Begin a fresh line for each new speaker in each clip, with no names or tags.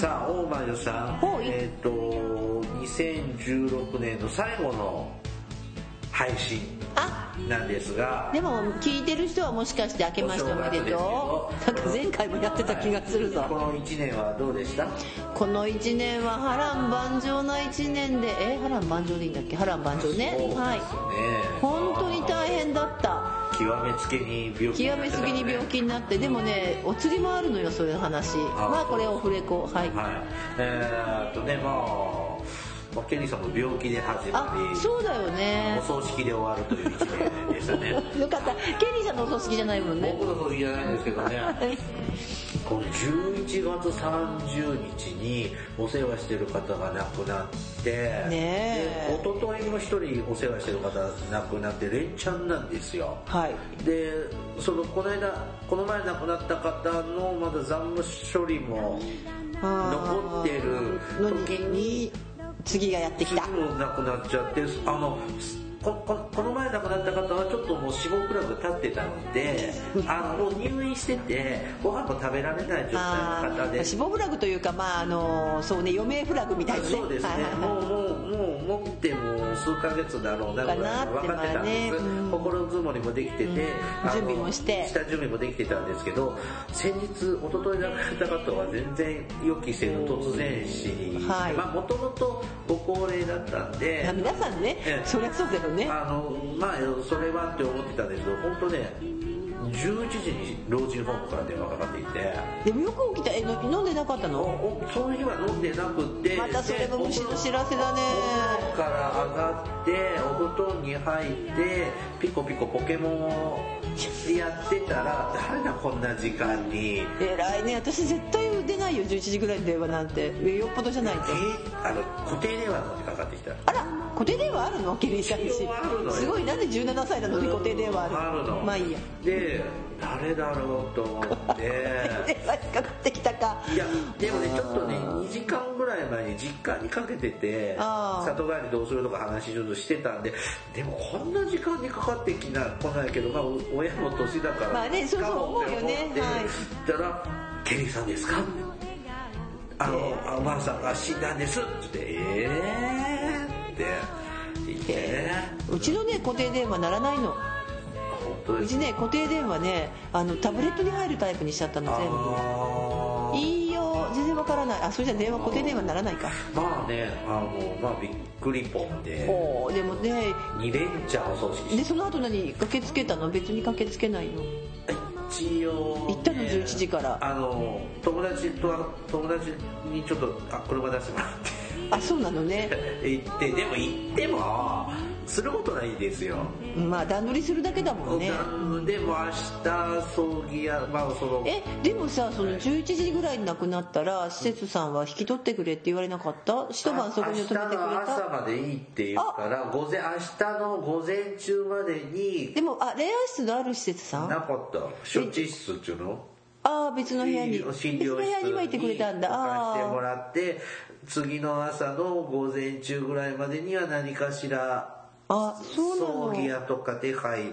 さあ、大魔女さん、
はい
えっ、と、2016年の最後の配信
あ
なんですが、
でも聞いてる人はもしかして明けましておめでとう。なんか前回もやってた気がする
こ
ぞ。
の1年はどうでした
この1年は波乱万丈な1年で、え、波乱万丈でいいんだっけ波乱万丈ね
そうです。よね
はい。本当に大変だった。
極めつけに病気になっ
極め
てた
す
からね
ぎに病気になって、でもね、お釣りもあるのよ、そういう話。
あ
まあこれオフレコ。はい。
はい。えー、っとね、まあ、まあケリーさんも病気で始ま
あ、
り、
そうだよね
お。葬式で終わるという1年でしたね。
よかった。ケリーさんのお葬式じゃないもんね
僕。の葬儀じゃないんですけどね。この11月30日にお世話してる方が亡くなって、
え
で一昨日も一人お世話してる方が亡くなって連チャンなんですよ
はい。
でそのこの間この前亡くなった方のまだ残務処理も残ってる
の
時に
に次がやってき
次
た
も亡くなっちゃってあのこここの前亡くなった方はちょっともう死亡クラブ立ってたのであのもう入院しててご飯も食べられない状
あ
態の方
ー
で
死亡フラグというかまああのそうね余命フラグみたいなね
そうですね
はいはい、
も
は
うもうもう持ってもう数ヶ月だろうなぐらいの分かってたんです、
かなってまあねうん
心積もりもできてて、あの
準備もして
下準備もできてたんですけど先日一昨日亡くなった方は全然予期せぬ突然死に、
はい
まあもともとご高齢だったん
いまあ
で
皆さんね、
ええ
そりゃそうだよね、
あのまあそれはって思ってたんですけど本当ね11時に老人ホームから電話かかっていて
でもよく起きたえの飲んでなかった
お
の
おその日は飲んでなくて
またそれも虫の知らせだね
お風呂から上がってお布団に入ってピコピコポケモンをやってたら誰だこんな時間に
偉いね私絶対出ないよ11時ぐらいの電話なんてよっぽどじゃないと
えあの固定電話にかかってきた
あら固定電話あるのケリーさんち
一応あるのよ
すごいなんで17歳なのに固定電話ある
あるの
まあいいや
で誰だろうと思って
電話にかかってきたか
いやでもねちょっとね2時間ぐらい前に実家にかけてて
あー
里帰りどうするとか話ちょっとしてたんででもこんな時間にかかってきな来ないけど、まあ、お親も年だから
まあねそうそう
かもって
思うよね
思って
はい
言ったら「ケリーさんですか?」あのあおばあさんが死んだんです」って「ええー」って言ってね
うちのね固定電話ならないの
あ本当
う
です
ちね固定電話ねあのタブレットに入るタイプにしちゃったの全部
あー
いいよ全然わからないあそれじゃ電話固定電話にならないか
まあねあのまあびっくりぽんで
おおでもね
2連チャンを葬式して
でその後何駆けつけたの別に駆けつけないの
一応ね
行ったの11時から
あの友達とは友達にちょっとあ車出してもらっ
あそうなのね
て行ってでも行ってもすることないんですよ、
まあ段取りするだけだもんね
なんでも明日葬儀やまあその
えでもさその11時ぐらいに亡くなったら施設さんは引き取ってくれって言われなかった一晩そこに止めてくれ
明日の朝
た
までいいって言うから午前明日の午前中までに
でもあ恋愛室のある施設さん
なかった処置室っていうの
ああ別の部屋に
診療室
別の部屋には行ってくれたんだ
に保管して
あ
も
あ
らって次の朝の午前中ぐらいまでには何かしら
あそうな
葬
の
儀屋とか手配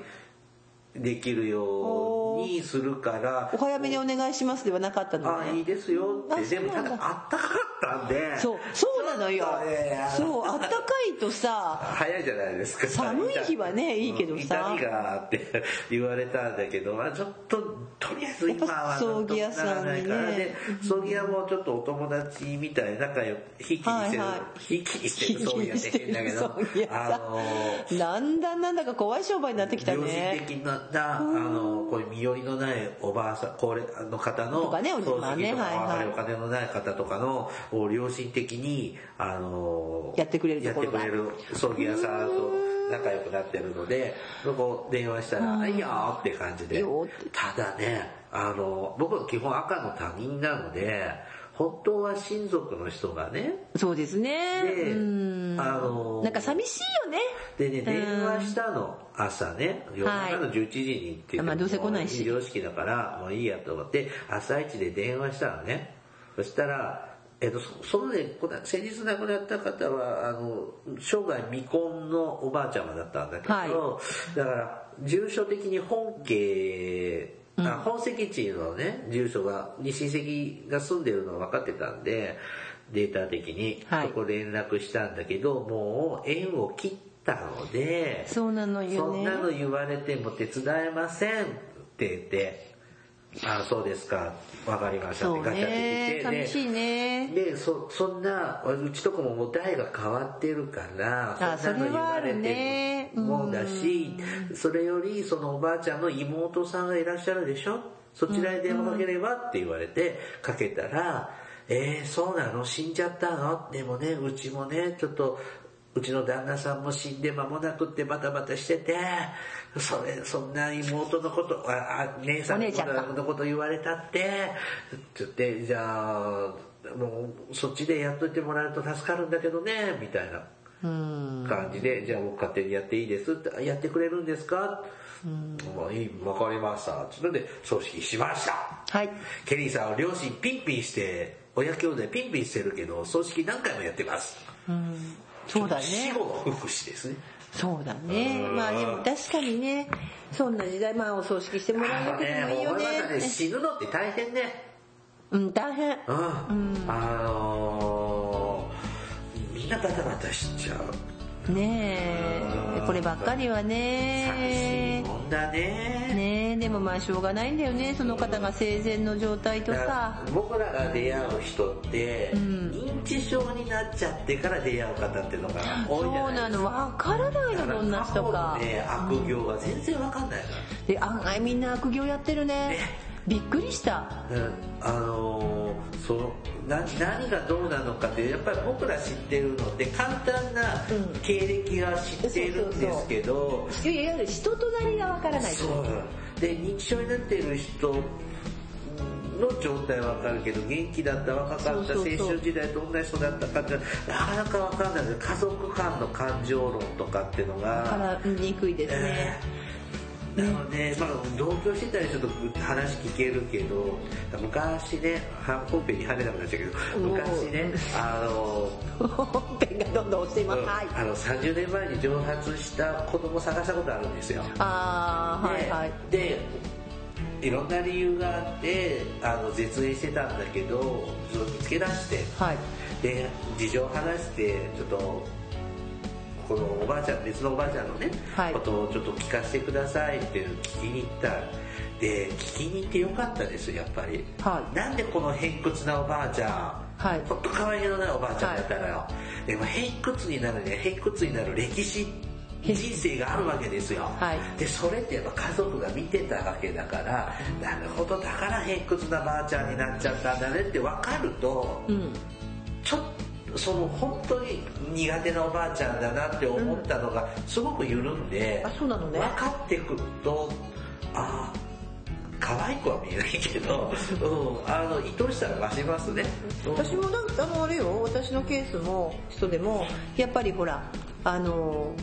できるようにするから
お早めにお願いしますではなかったの
あい
ね
いですよっ
あ
てでも
そ
た
うなんだ
だあったかかったんで
そうそうなの
ち
よ
ょっとね
そうあったかいとさ
早いじゃないですか
寒い日はねいいけどさ
痛みがって言われたんだけど、まあ、ちょっととりあえず今はなんともならないから
やっ
で葬儀屋もちょっとお友達みたい仲良くひいきにしてる
はいは
ひいきにしてる葬儀屋って変だけど
ひ いきにしてる葬儀屋
あ
さ
の
んだんだんなんだか怖い商売になってきた
良心
ね
的な、なあの、こういう身寄りのないおばあさん、高齢の方の、
とかねおじ
葬
まあ
式
ね
とか、
はいはい
お金のない方とかの、を良心的に、あの、
やってくれる
や
と
って
ころ
く
が
れる葬儀屋さんと仲良くなってるので、そこ電話したら、あいいよーって感じで
いいよーっ。
ただね、あの、僕は基本赤の他人なので、本当は親族の人がね、
そうですね
で
うん
あの
なんか寂しいよね
でね、
ん
電話したの、朝ね、夜中の11時に行ってて
まあどうせ来ないし
もう終了式だから、もういいやと思って、朝一で電話したのね。そしたら、えっと、そそのね、この先日亡くなった方は、あの、生涯未婚のおばあちゃまだったんだけど、
は
だから、住所的に本家、あ本籍地のね、住所が、に親戚が住んでるのは分かってたんで、データ的に、
はい
そこ連絡したんだけど、もう縁を切ったので、
そうなのよ
そん
ね
なの言われても手伝えませんって言って、あそうですか、わかりましたっ
そ
て
う
ガチャって
ね
きて、
寂しいね
でそそんなうちとこももう代が変わってるから
あ
んなの
それはあるね
言われてもだしそれよりそのおばあちゃんの妹さんがいらっしゃるでしょそちらへ電話かければって言われてかけたら「えー、そうなの死んじゃったのでもねうちもねちょっとうちの旦那さんも死んで間もなくってバタバタしてて、それ、そんな妹のこと、あ、あ姉さんのこ
お姉ちゃんか
とのこと言われたって、って言って、じゃあ、もうそっちでやっといてもらえると助かるんだけどね、みたいな
うん
感じで、じゃあ僕勝手にやっていいですって、あやってくれるんですかもういい、わかりました。それで、葬式しました。
はい
ケリーさんは両親ピンピンして、親兄弟ピンピンしてるけど、葬式何回もやってます。
うんそうだ
死
ね
後の福祉ですね。
そうだね
うん
まあでも確かにねそんな時代まあお葬式してもらうわけでもいいよ
もう俺なんかね
ね
死ぬのって大変ね。
うん大変
うん。あのー、みんなバタバタしちゃう。
ねえこればっかりは
寂しい
ね
もんだね。
ねえでもまあしょうがないんだよねその方が生前の状態と
だか
さ
ら僕らが出会う人って、
ん
認知症になっちゃってから出会う方っていうのが多いじ
そ
ゃな
うない
です
の
か。
わからないのどんな人か
過去のね、悪行は全然わかんないから。
で案外みんな悪行やってるね
ね
びっくりした
うんあのーそのな何がどうなのかってやっぱり僕ら知ってるので簡単な
うん
経歴は知ってるんですけど、
いわゆる人となりがわからない
そうで認知症になっている人の状態はわかるけど元気だった若かった
そうそうそう
青春時代どんな人だったかってなかなかわかんないんです家族間の感情論とかっていうのが。
わからにくいですね
えーなので、まあ、同居してたりすると話聞けるけど昔ねは本編に入れなくなっちゃうけど
おー
昔ねあの
本編がどんどん押していますはい
あの30年前に蒸発した子供探したことあるんですよ
ああはいはい
ででいろんな理由があってあの絶縁してたんだけどそれを見つけ出して
はい
で事情を話してちょっとこのおばあちゃん別のおばあちゃんのね、
はい
ことをちょっと聞かせてくださいっていうのを聞きに行ったで聞きに行ってよかったですよやっぱり、
はい
なんでこの偏屈なおばあちゃん、
はい
ほんと可愛げのないおばあちゃんだったのよ、でも偏屈になるね偏屈になる歴史人生があるわけですよ、
はい
でそれってやっぱ家族が見てたわけだからなるほどだから偏屈なばあちゃんになっちゃったんだねって分かると、
うん
ちょっとその本当に苦手なおばあちゃんだなって思ったのがすごく緩んで、
あそうなのね
分かってくるとああ可愛くは見えないけど、うん、あの愛しさが増しますね、うん
私もなんかあのあれよ私のケースも人でもやっぱりほらあの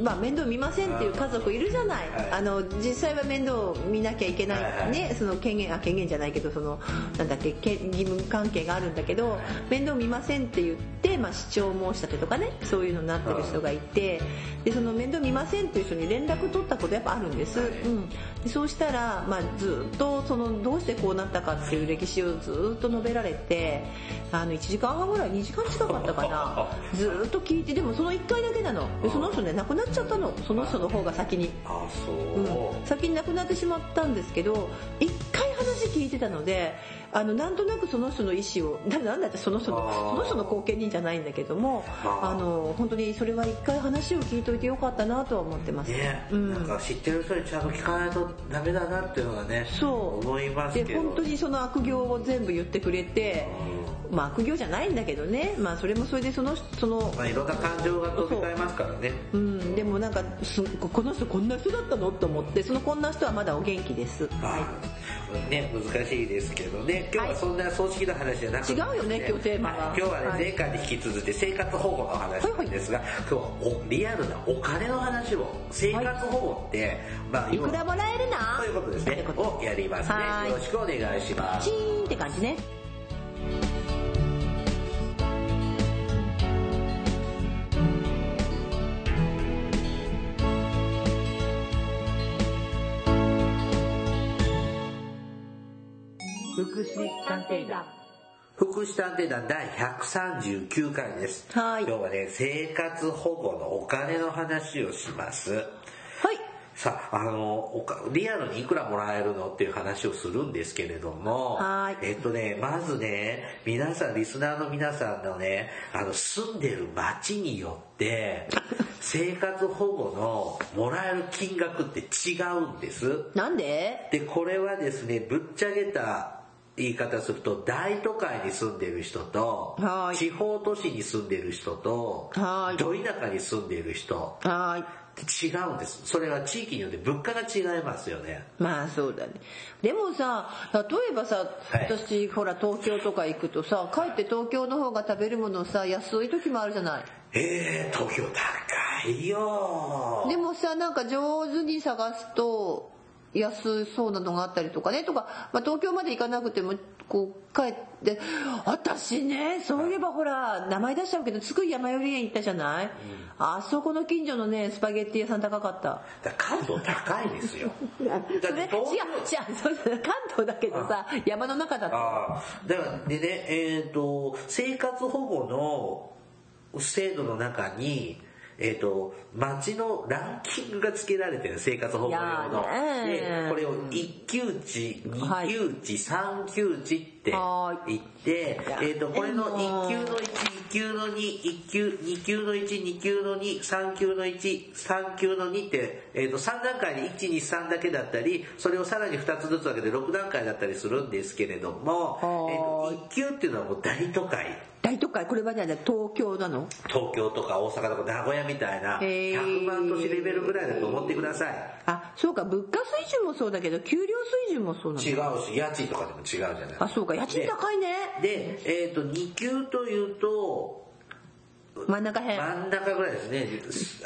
まあ面倒見ませんっていう家族いるじゃない、
はい
あの実際は面倒見なきゃいけない、
はいはい
ねその権限あ権限じゃないけどそのなんだっけけ義務関係があるんだけど面倒見ませんって言って、まあ、主張申し立てとかねそういうのになってる人がいてでその面倒見ませんっていう人に連絡取ったことやっぱあるんです、
はい
うん、でそうしたら、まあ、ずっとそのどうしてこうなったかっていう歴史をずっと述べられてあの1時間半ぐらい2時間近かったか なずっと聞いてでもその1回だけなのでその人ね亡くなっちゃったのその人の方が先に、
あそう、
うん、先に亡くなってしまったんですけど1回話聞いてたのであのなんとなくその人の意思をななんだってその人の
あー
その人の後見人じゃないんだけども
あー
あの本当にそれは1回話を聞いといてよかったなとは思ってます。
ね、
うん
なんか知ってる人にちゃんと聞かないとダメだなっていうのがね
そう
思いますけど
で本当にその悪行を全部言ってくれて、まあ、悪行じゃないんだけどね、まあ、それもそれでそのその
うん、まあ、いろんな感情が飛び交いますからね
うん、でもなんかすこの人こんな人だったのと思ってそのこんな人はまだお元気です、
あ
は
ね、難しいですけどねね、今日はそんな葬式の話じゃなくて、
はい違うよね今日テーマが
はい今日はね、
はい
前回に引き続いて生活保護の話なんですが、今日はおリアルなお金の話を、生活保護って、まあ、
いくらもらえるな
ということです
とい
ね
う、こと
をやります
は
ね。
い
よろしくお願いします
チ。ーンって感じね福祉探偵団
福祉探偵団第139回です。
はい
今日はね、生活保護のお金の話をします。
はい
さあ、あの、おかリアルにいくらもらえるのっていう話をするんですけれども、
はい
えっとね、まずね、皆さん、リスナーの皆さんのね、あの、住んでる町によ って、生活保護のもらえる金額って違うんです。
なんで
で、これはですね、ぶっちゃけた言い方すると、大都会に住んでる人と
は、い
地方都市に住んでる人と、
はい
ど田舎に住んでる人、
は
違うんです。それは地域によって物価が違いますよね。
いまあそうだねでもさ例えばさ
はい
私、ほら東京とか行くとさかえって東京の方が食べるものさ安い時もあるじゃない
えー、東京高いよ
でもさなんか上手に探すと安そうなのがあったりとかねとか、まあ、東京まで行かなくてもこう帰って私ねそういえばほら名前出しちゃうけど津久井やまより園行ったじゃない、あそこの近所のねスパゲッティ屋さん高かった
だから関東高いです よ。だって
それ違う違う
東京
それ関東だけどさ山の中だった
ああ、だからでね、えっ、と、生活保護の制度の中に、えっ、と、町のランキングが付けられてる、生活保護用の
いや。ーねー
で、これを1級値、
は
2
い
級値、3級値って
はー
言って
いや、
えっ、と、これの
で
1
も
級の1、2級の2、1級、2級の1、2級の2、3級の1、3級の2って、えっ、と、3段階に1、2、3だけだったり、それをさらに2つずつ分けて6段階だったりするんですけれども、
は
えっ、と、1級っていうのはもう大都会。
大都会これはね東京なの
東京とか大阪とか名古屋みたいな、
へ
100
ー
万都市レベルぐらいだと思ってください。
あそうか物価水準もそうだけど給料水準もそうなの
違うし、家賃とかでも違うじゃない
あそうか家賃高いね
で、えっ、と、2級というと、
真ん中辺
真ん中ぐらいですね、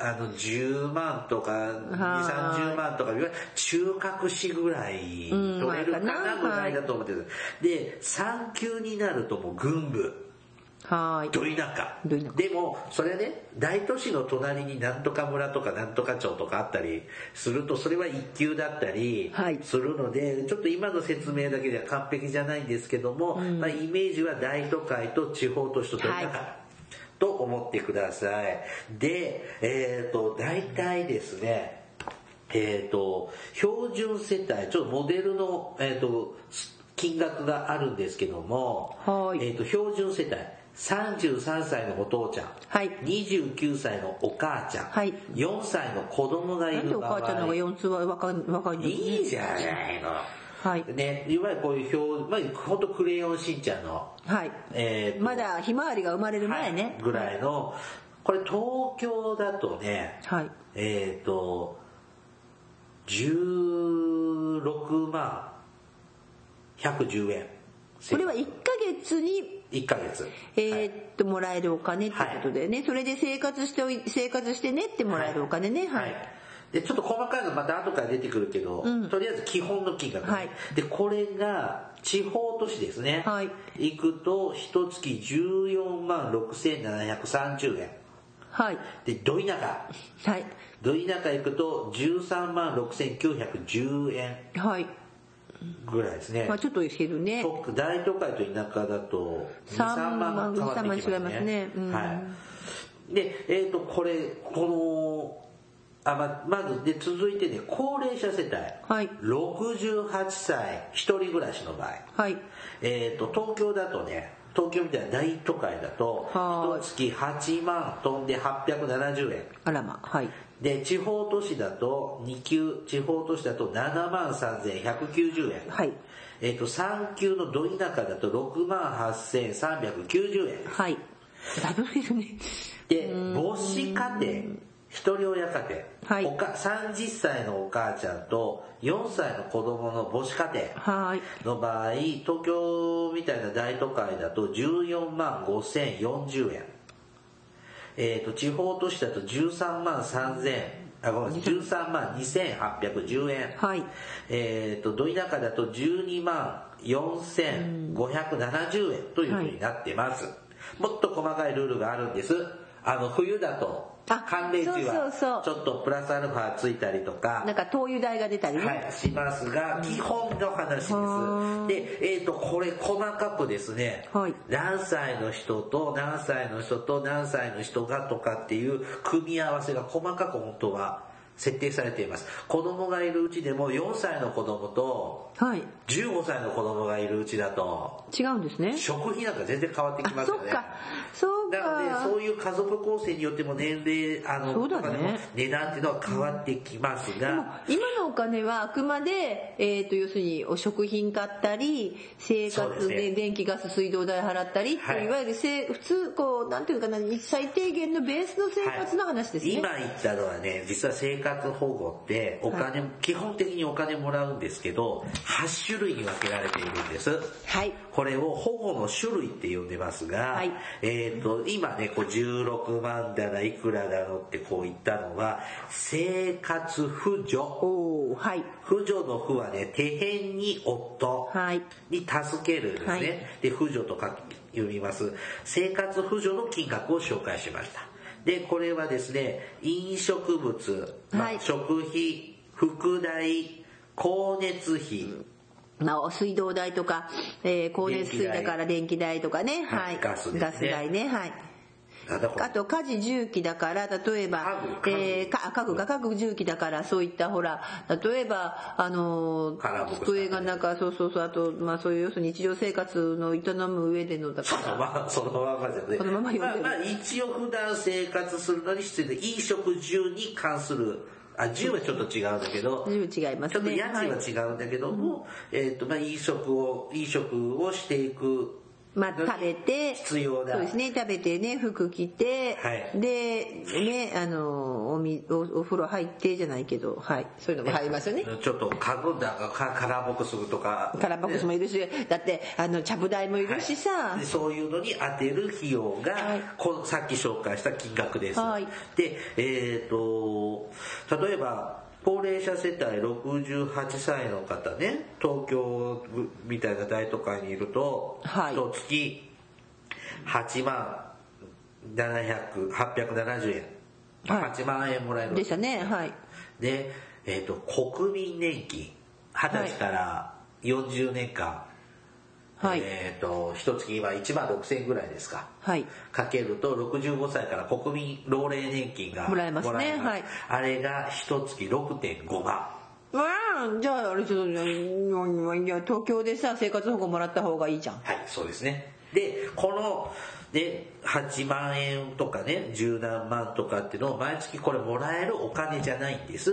あの、10万とか、2、30万とか、いわゆる中核市ぐらい、
うん
取れるか
まあか
な
な
ぐらいだと思ってる。で、3級になるともう軍部、
はい
ど田舎。
ど田舎
でも、それね、大都市の隣になんとか村とかなんとか町とかあったりすると、それは1級だったり
はい
するので、ちょっと今の説明だけでは完璧じゃないんですけども、まあ、イメージは大都会と地方都市とど田舎。
は
と思ってください。で、えっ、ー、と、大体ですね、えっ、と、標準世帯、ちょっとモデルの、えっ、と、す金額があるんですけども、
はい
えっ、と、標準世帯、33歳のお父ちゃん、
はい
29歳のお母ちゃん、
はい
4歳の子供がい
なんで
る
お
場合
母ちゃんの方が4つは若い若いの
いいじゃないの。
はい
ね、いわゆるこういう表、まあ、ほんとクレヨンしんちゃんの、
はい
えーと
まだひまわりが生まれる前
はい
ね
ぐらいの、これ東京だとね、
はい
えっ、と、16万110円。
これは1ヶ月に
1ヶ月。
えーっともらえるお金ってことでねそれで生活しておい生活してねってもらえるお金ね
は
はいい。
で、ちょっと細かいのまた後から出てくるけど、
うん
とりあえず基本の金額ね、
はい
で、これが地方都市ですね。
はい
行くと、一月14万6730円。
はい
で、ど田舎。
はい
ど田舎行くと、13万6910円
はい
ぐらいですね。
まあちょっと減るね
と大都会と田舎だと2、3
三
万
万
変わってき
二三万違い
ま
ますす
ね
ね。うん
はい。で、えっ、と、これ、この、あ、ま、まず、で、続いてね、高齢者世帯。
はい
68歳、一人暮らしの場合。
はい
えっ、と、東京だとね、東京みたいな大都会だと、
は
一
い
月8万飛んで870円。
あらまはい
で、地方都市だと、2級、地方都市だと7万3190円。
はい
えっと、3級のど田舎だと6万8390円。
はいだいぶ減るね
で、母子家庭、一人親家
はい
他30歳のお母ちゃんと4歳の子供の母子家庭
はい
の場合、東京みたいな大都会だと14万5040円。えっ、と、地方都市だと13万3000、あ、ごめんなさい、13万2810円。
はい
えっ、と、ど田舎だと12万4570円というふうになってます。もっと細かいルールがあるんです。あの、冬だと、
あ
寒冷地
そうそうそ
は
う
ちょっとプラスアルファついたりとか
なん、か灯油代が出たりね、
はい、しますが、基本の話
は
です。で、えっ、と、これ細かくですね、
はい
何歳の人と何歳の人と何歳の人がとかっていう組み合わせが細かく本当は設定されています。子供がいるうちでも4歳の子供と
はい、
15歳の子供がいるうちだと、
違うんですね
食費なんか全然変わってきま
あ
す
そ
よ
っ
ね。
かそうか
なので、そういう家族構成によっても年齢、あの、
そうだね
とかでも値段っていうのは変わってきます
でも
が、
今のお金はあくまで、えー、と要するにお食品買ったり生
そうです
活
ね
で電気ガス水道代払ったりって、
はい
い、わゆるせい普通こうなんていうのかな最低限のベースの生活の話ですね、
今言ったのはね、実は生活保護ってお金、基本的にお金もらうんですけど、8種類に分けられているんです。
はい
これを保護の種類って呼んでますが、
はい
えっ、と、今ね、こう16万だらいくらだろうってこう言ったのは、生活扶助。
おおはい
扶助の扶はね、手辺に夫
はい
に助けるですね。
はい
で、扶助と書き読みます。生活扶助の金額を紹介しました。で、これはですね、飲食物、まあ
はい
食費、副代、光熱費、
まあ、水道代とか、えー、光熱水だから電気代とかね、
はい
はい、
ガスですね
代ね、はい。
なんだこれ
あと家事重機だから例えば
家具
えーか家具が家具重機だからそういったほら例えばあのー
カラーボックス
机がなんかそうそうそうあとまあそういう要するに日常生活の営む上でのだ
そ
か
の
ら
まま、そのままじゃね。
そのまま読んでる
あ、まあ一応普段生活するのに必要な飲食住に関する、あ、住はちょっと違うんだけど、
随分違いま
ちょ
す
っと
ね
家賃は違うんだけども、えっ、と、まあ、飲食を、飲食をしていく。
まあ、食べて
必要な
そうですね食べてね服着て、
はい
でねあのーおみおお風呂入ってじゃないけどはいそういうのも入りますよね
ちょっと、家具だが、かカラーボックスとか。
カラーボックスもいるし、だって、あの、ちゃぶ台もいるしさ
で、そういうのに当てる費用が、
はい
このさっき紹介した金額です。
はい
で、えっ、と、例えば、高齢者世帯68歳の方ね、東京みたいな大都会にいると、
はい
一月8万700、870円。
はい
8万円もらえる。
でしたね、はい。
で、えっ、と、国民年金、20歳から40年間、
はい。
えっ、と、一月は1万6000円ぐらいですか。
はい。
かけると65歳から国民老齢年金が
もらえますねはい
あれが一月6.5万。
わあ、じゃあ、あれちょっと、いやいや東京でさ、生活保護もらった方がいいじゃん。
はい、そうですね。で、この、で、8万円とかね、10何万とかっていうのを毎月これもらえるお金じゃないんです。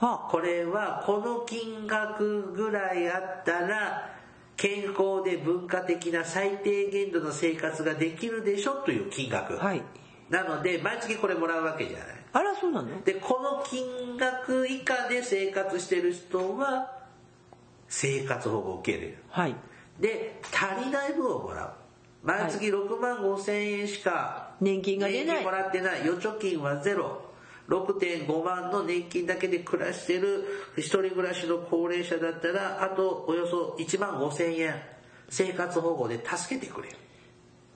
は
これはこの金額ぐらいあったら健康で文化的な最低限度の生活ができるでしょという金額、
あ、はい。
なので毎月これもらうわけじゃない
あら、そうなの
でこの金額以下で生活してる人は生活保護を受けれる
はい。
で足りない分をもらう毎月6万5千円しか
年金が出ない
年金もらってない預貯金はゼロ6.5万の年金だけで暮らしてる一人暮らしの高齢者だったらあとおよそ1万5千円生活保護で助けてくれる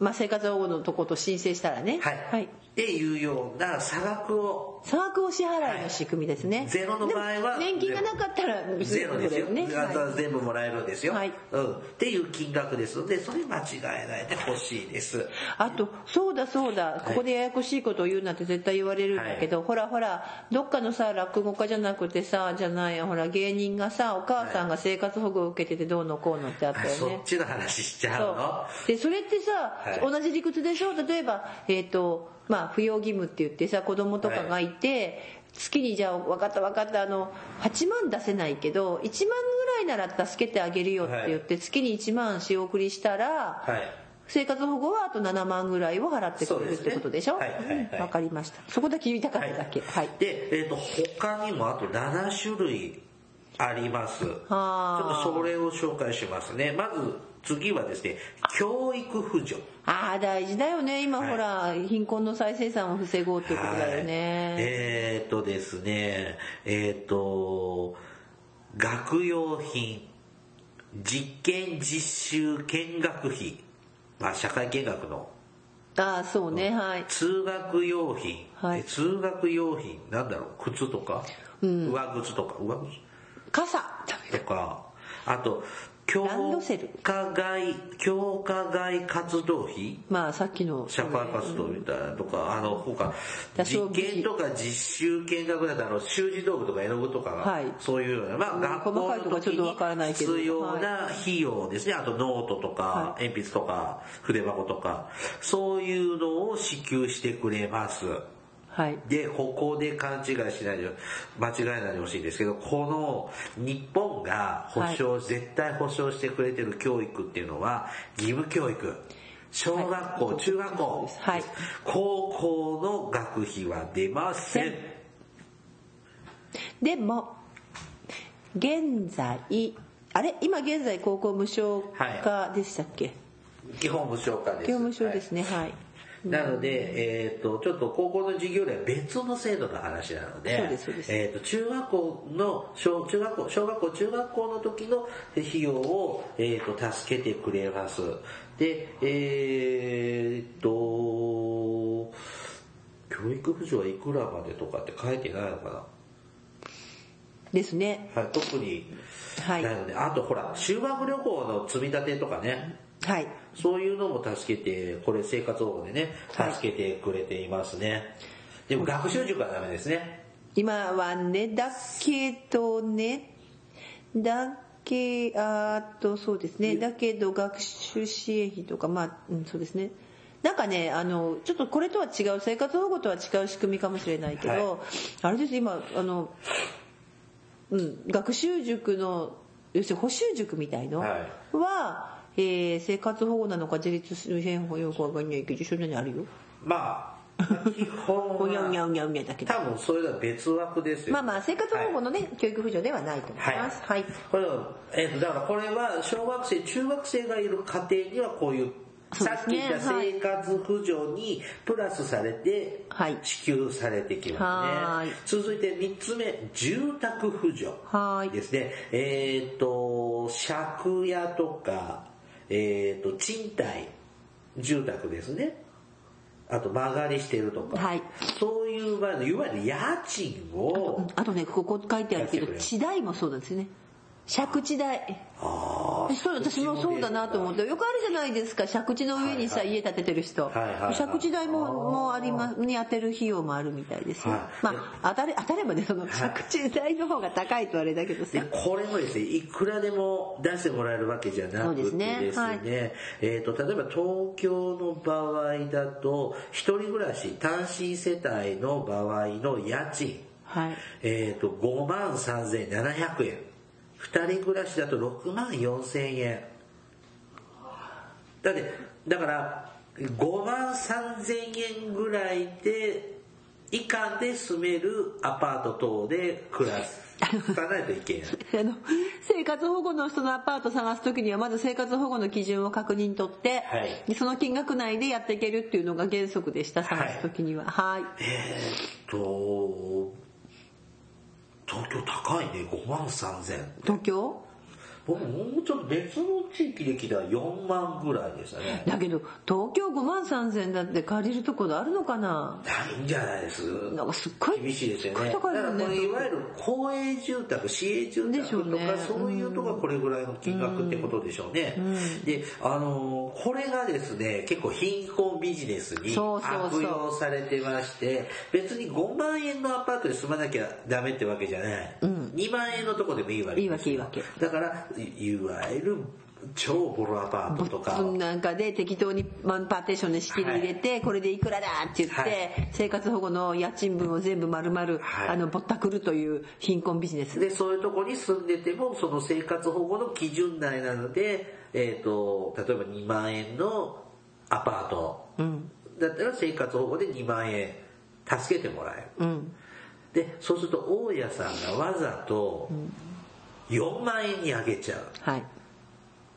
まあ、生活保護のとこと申請したらね。
はい、
はい。
っていうような差額を
差額を支払いの仕組みですね。
いゼロの場合は
でも年金がなかったら、
ゼロですよ、
ね。
あとは
は
全部もらえるんですよ、
はい
うん、っていう金額ですのでそれ間違えないでほしいです
いあと、そうだそうだ、ここでややこしいことを言うなって絶対言われるんだけど、ほらほら、どっかのさ、落語家じゃなくてさ、じゃないや、ほら、芸人がさ、お母さんが生活保護を受けててどうのこうのってあった
あ
よね。
そっちの話しちゃうの
そうでそれってさ、
はい
同じ理屈でしょ例えば、えーとまあ、扶養義務って言ってさ子供とかがいて、月にじゃあ分かった分かったあの8万出せないけど1万ぐらいなら助けてあげるよって言って、月に1万仕送りしたら、
はい
生活保護はあと7万ぐらいを払ってくれるってことでし
そ
ょ
うですねはいはいはい
わかりました。そこだけ言いたかっただけ。はい。
で、えっ、と、他にもあと7種類あります。ちょ
あー
っとそれを紹介しますね。まず、次はですね、教育扶助。
ああ、大事だよね。今
はい
ほら、貧困の再生産を防ごうっていうことだよ
はい
ね。
えーっとですね、えーっと、学用品、実験実習見学費、まあ社会見学の、
ああ、そうね。はい。
通学用品、
はい
え通学用品、なんだろう、靴とか、上靴とか、上靴
傘。
とか、あと、教
ランドセル
科外、教科外活動費
まあ、さっきの。
社会活動みたいなとか、あの、ほか、
多
実
少武器
験とか実習見学だと、あの、習字道具とか絵の具とかが、
はい
そういうような、まあ、
うん
学
細
校
かい
の
とこは
時
ちょっとわからな
に
いけど
必要な費用ですね。あと、ノートとか
は、
鉛筆とか、筆箱とか、そういうのを支給してくれます。
はい。
で、ここで勘違いしないで、間違えないでほしいんですけど、この日本が保障、絶対保障してくれてる教育っていうのは、義務教育。小学校、
はい
中学校、
はい
高校の学費は出ません。
でも、現在、あれ今現在高校無償化でしたっけ、
基本無償化です。
業務省ですね、はい。
はいなので、えっ、と、ちょっと高校の授業では別の制度の話なので、
そうですそうです
えっ、と、中学校の、小中学校、小学校、中学校の時の費用を、えっ、と、助けてくれます。で、えっ、と、教育扶助はいくらまでとかって書いてないのか
ですね。
なはい、特に、
はい
な。ので、あとほら、修学旅行の積み立てとかね、
はい。
そういうのも助けて、これ生活保護でね、
はい
助けてくれていますね。でも学習塾はダメですね。
今はね、だけどね、だけ、あーっと、そうですね、だけど学習支援費とか、まあ、うん、そうですね。なんかね、あの、ちょっとこれとは違う、生活保護とは違う仕組みかもしれないけど、
はい
あれです、今、あの、うん、学習塾の、要するに補習塾みたいの
は
は、えー生活保護なのか自立支援法よくわかんないけど、一緒にあるよ。
ま あ、基本
おにゃうにゃ
は、
うにゃうにゃだけど。
多分それでは別枠ですよ。
まあまあ、生活保護
はい
のね、教育扶助ではないと思います。はい。
これはえっとだからこれは小学生中学生がいる家庭にはこういう
そう
さ
で
っ
す
き
ね
言った生活扶助にプラスされて
はい
支給されてきま
は
す
ー
ね続
い。
いて3つ目、住宅扶助
はーい
ですね。えっ、と、借家とか、えっ、と、賃貸、住宅ですね。あと、間借りしてるとか、
はい
そういう場合の、いわゆる家賃を、
うんあとね、ここ書いてあ
や
るけ
ってくれ
ど、
る
地代もそうなんですよね。借地代。
あー
それ私もそうだなと思って、よくあるじゃないですか、借地の上にさ、
はいはい
家建ててる人。
はいはいはい
借地代も、
あー
もあります、に当てる費用もあるみたいですよ。
はい
まあ、当たれ、当たればね、その
はい
借地代の方が高いとあれだけど
で
さ。
これもですね、いくらでも出してもらえるわけじゃな
そ
くて
う
で
ですす
ね
ね、はい
えー、と例えば東京の場合だと、一人暮らし、単身世帯の場合の家賃、
はい。
えー、と5万3700円、二人暮らしだと6万4000円。だって、だから、5万3000円ぐらいで、以下で住めるアパート等で暮ら す。かないといけない。
あの、生活保護の人のアパート探すときには、まず生活保護の基準を確認取って、
はい
でその金額内でやっていけるっていうのが原則でした、探すときには。はい。
えーっと、東京高いね、5万3000。
東京
僕もうちょっと別の地域で来たら4万ぐらいでしたね。
だけど、東京5万3000だって借りるところあるのかな
ないんじゃないです
なんかすっごい、
厳しいですよね。
す
だ
っご
か
い高い
ら
よ
こ
ね
れいわゆる公営住宅、市営住
でしょ
宅と
うね
かそういうとこはこれぐらいの金額ってことでしょうね。で、あのー、これがですね、結構貧困ビジネスに
そうそうそう
悪用されてまして、別に5万円のアパートで住まなきゃダメってわけじゃない。2万円のとこでもいいわけですよ
いいわけいいわ
だから、いいわゆる超ボロアパートとか。
なんかで適当にまあパーテーションで仕切り入れて、これでいくらだって言って、
はい
生活保護の家賃分を全部丸々、
はい
あの、ぼったくるという貧困ビジネス。
で、そういうとこに住んでても、その生活保護の基準内なので、えっ、と、例えば2万円のアパート
うん
だったら生活保護で2万円助けてもらえる
うん
でそうすると大家さんがわざと4万円に上げちゃう
はい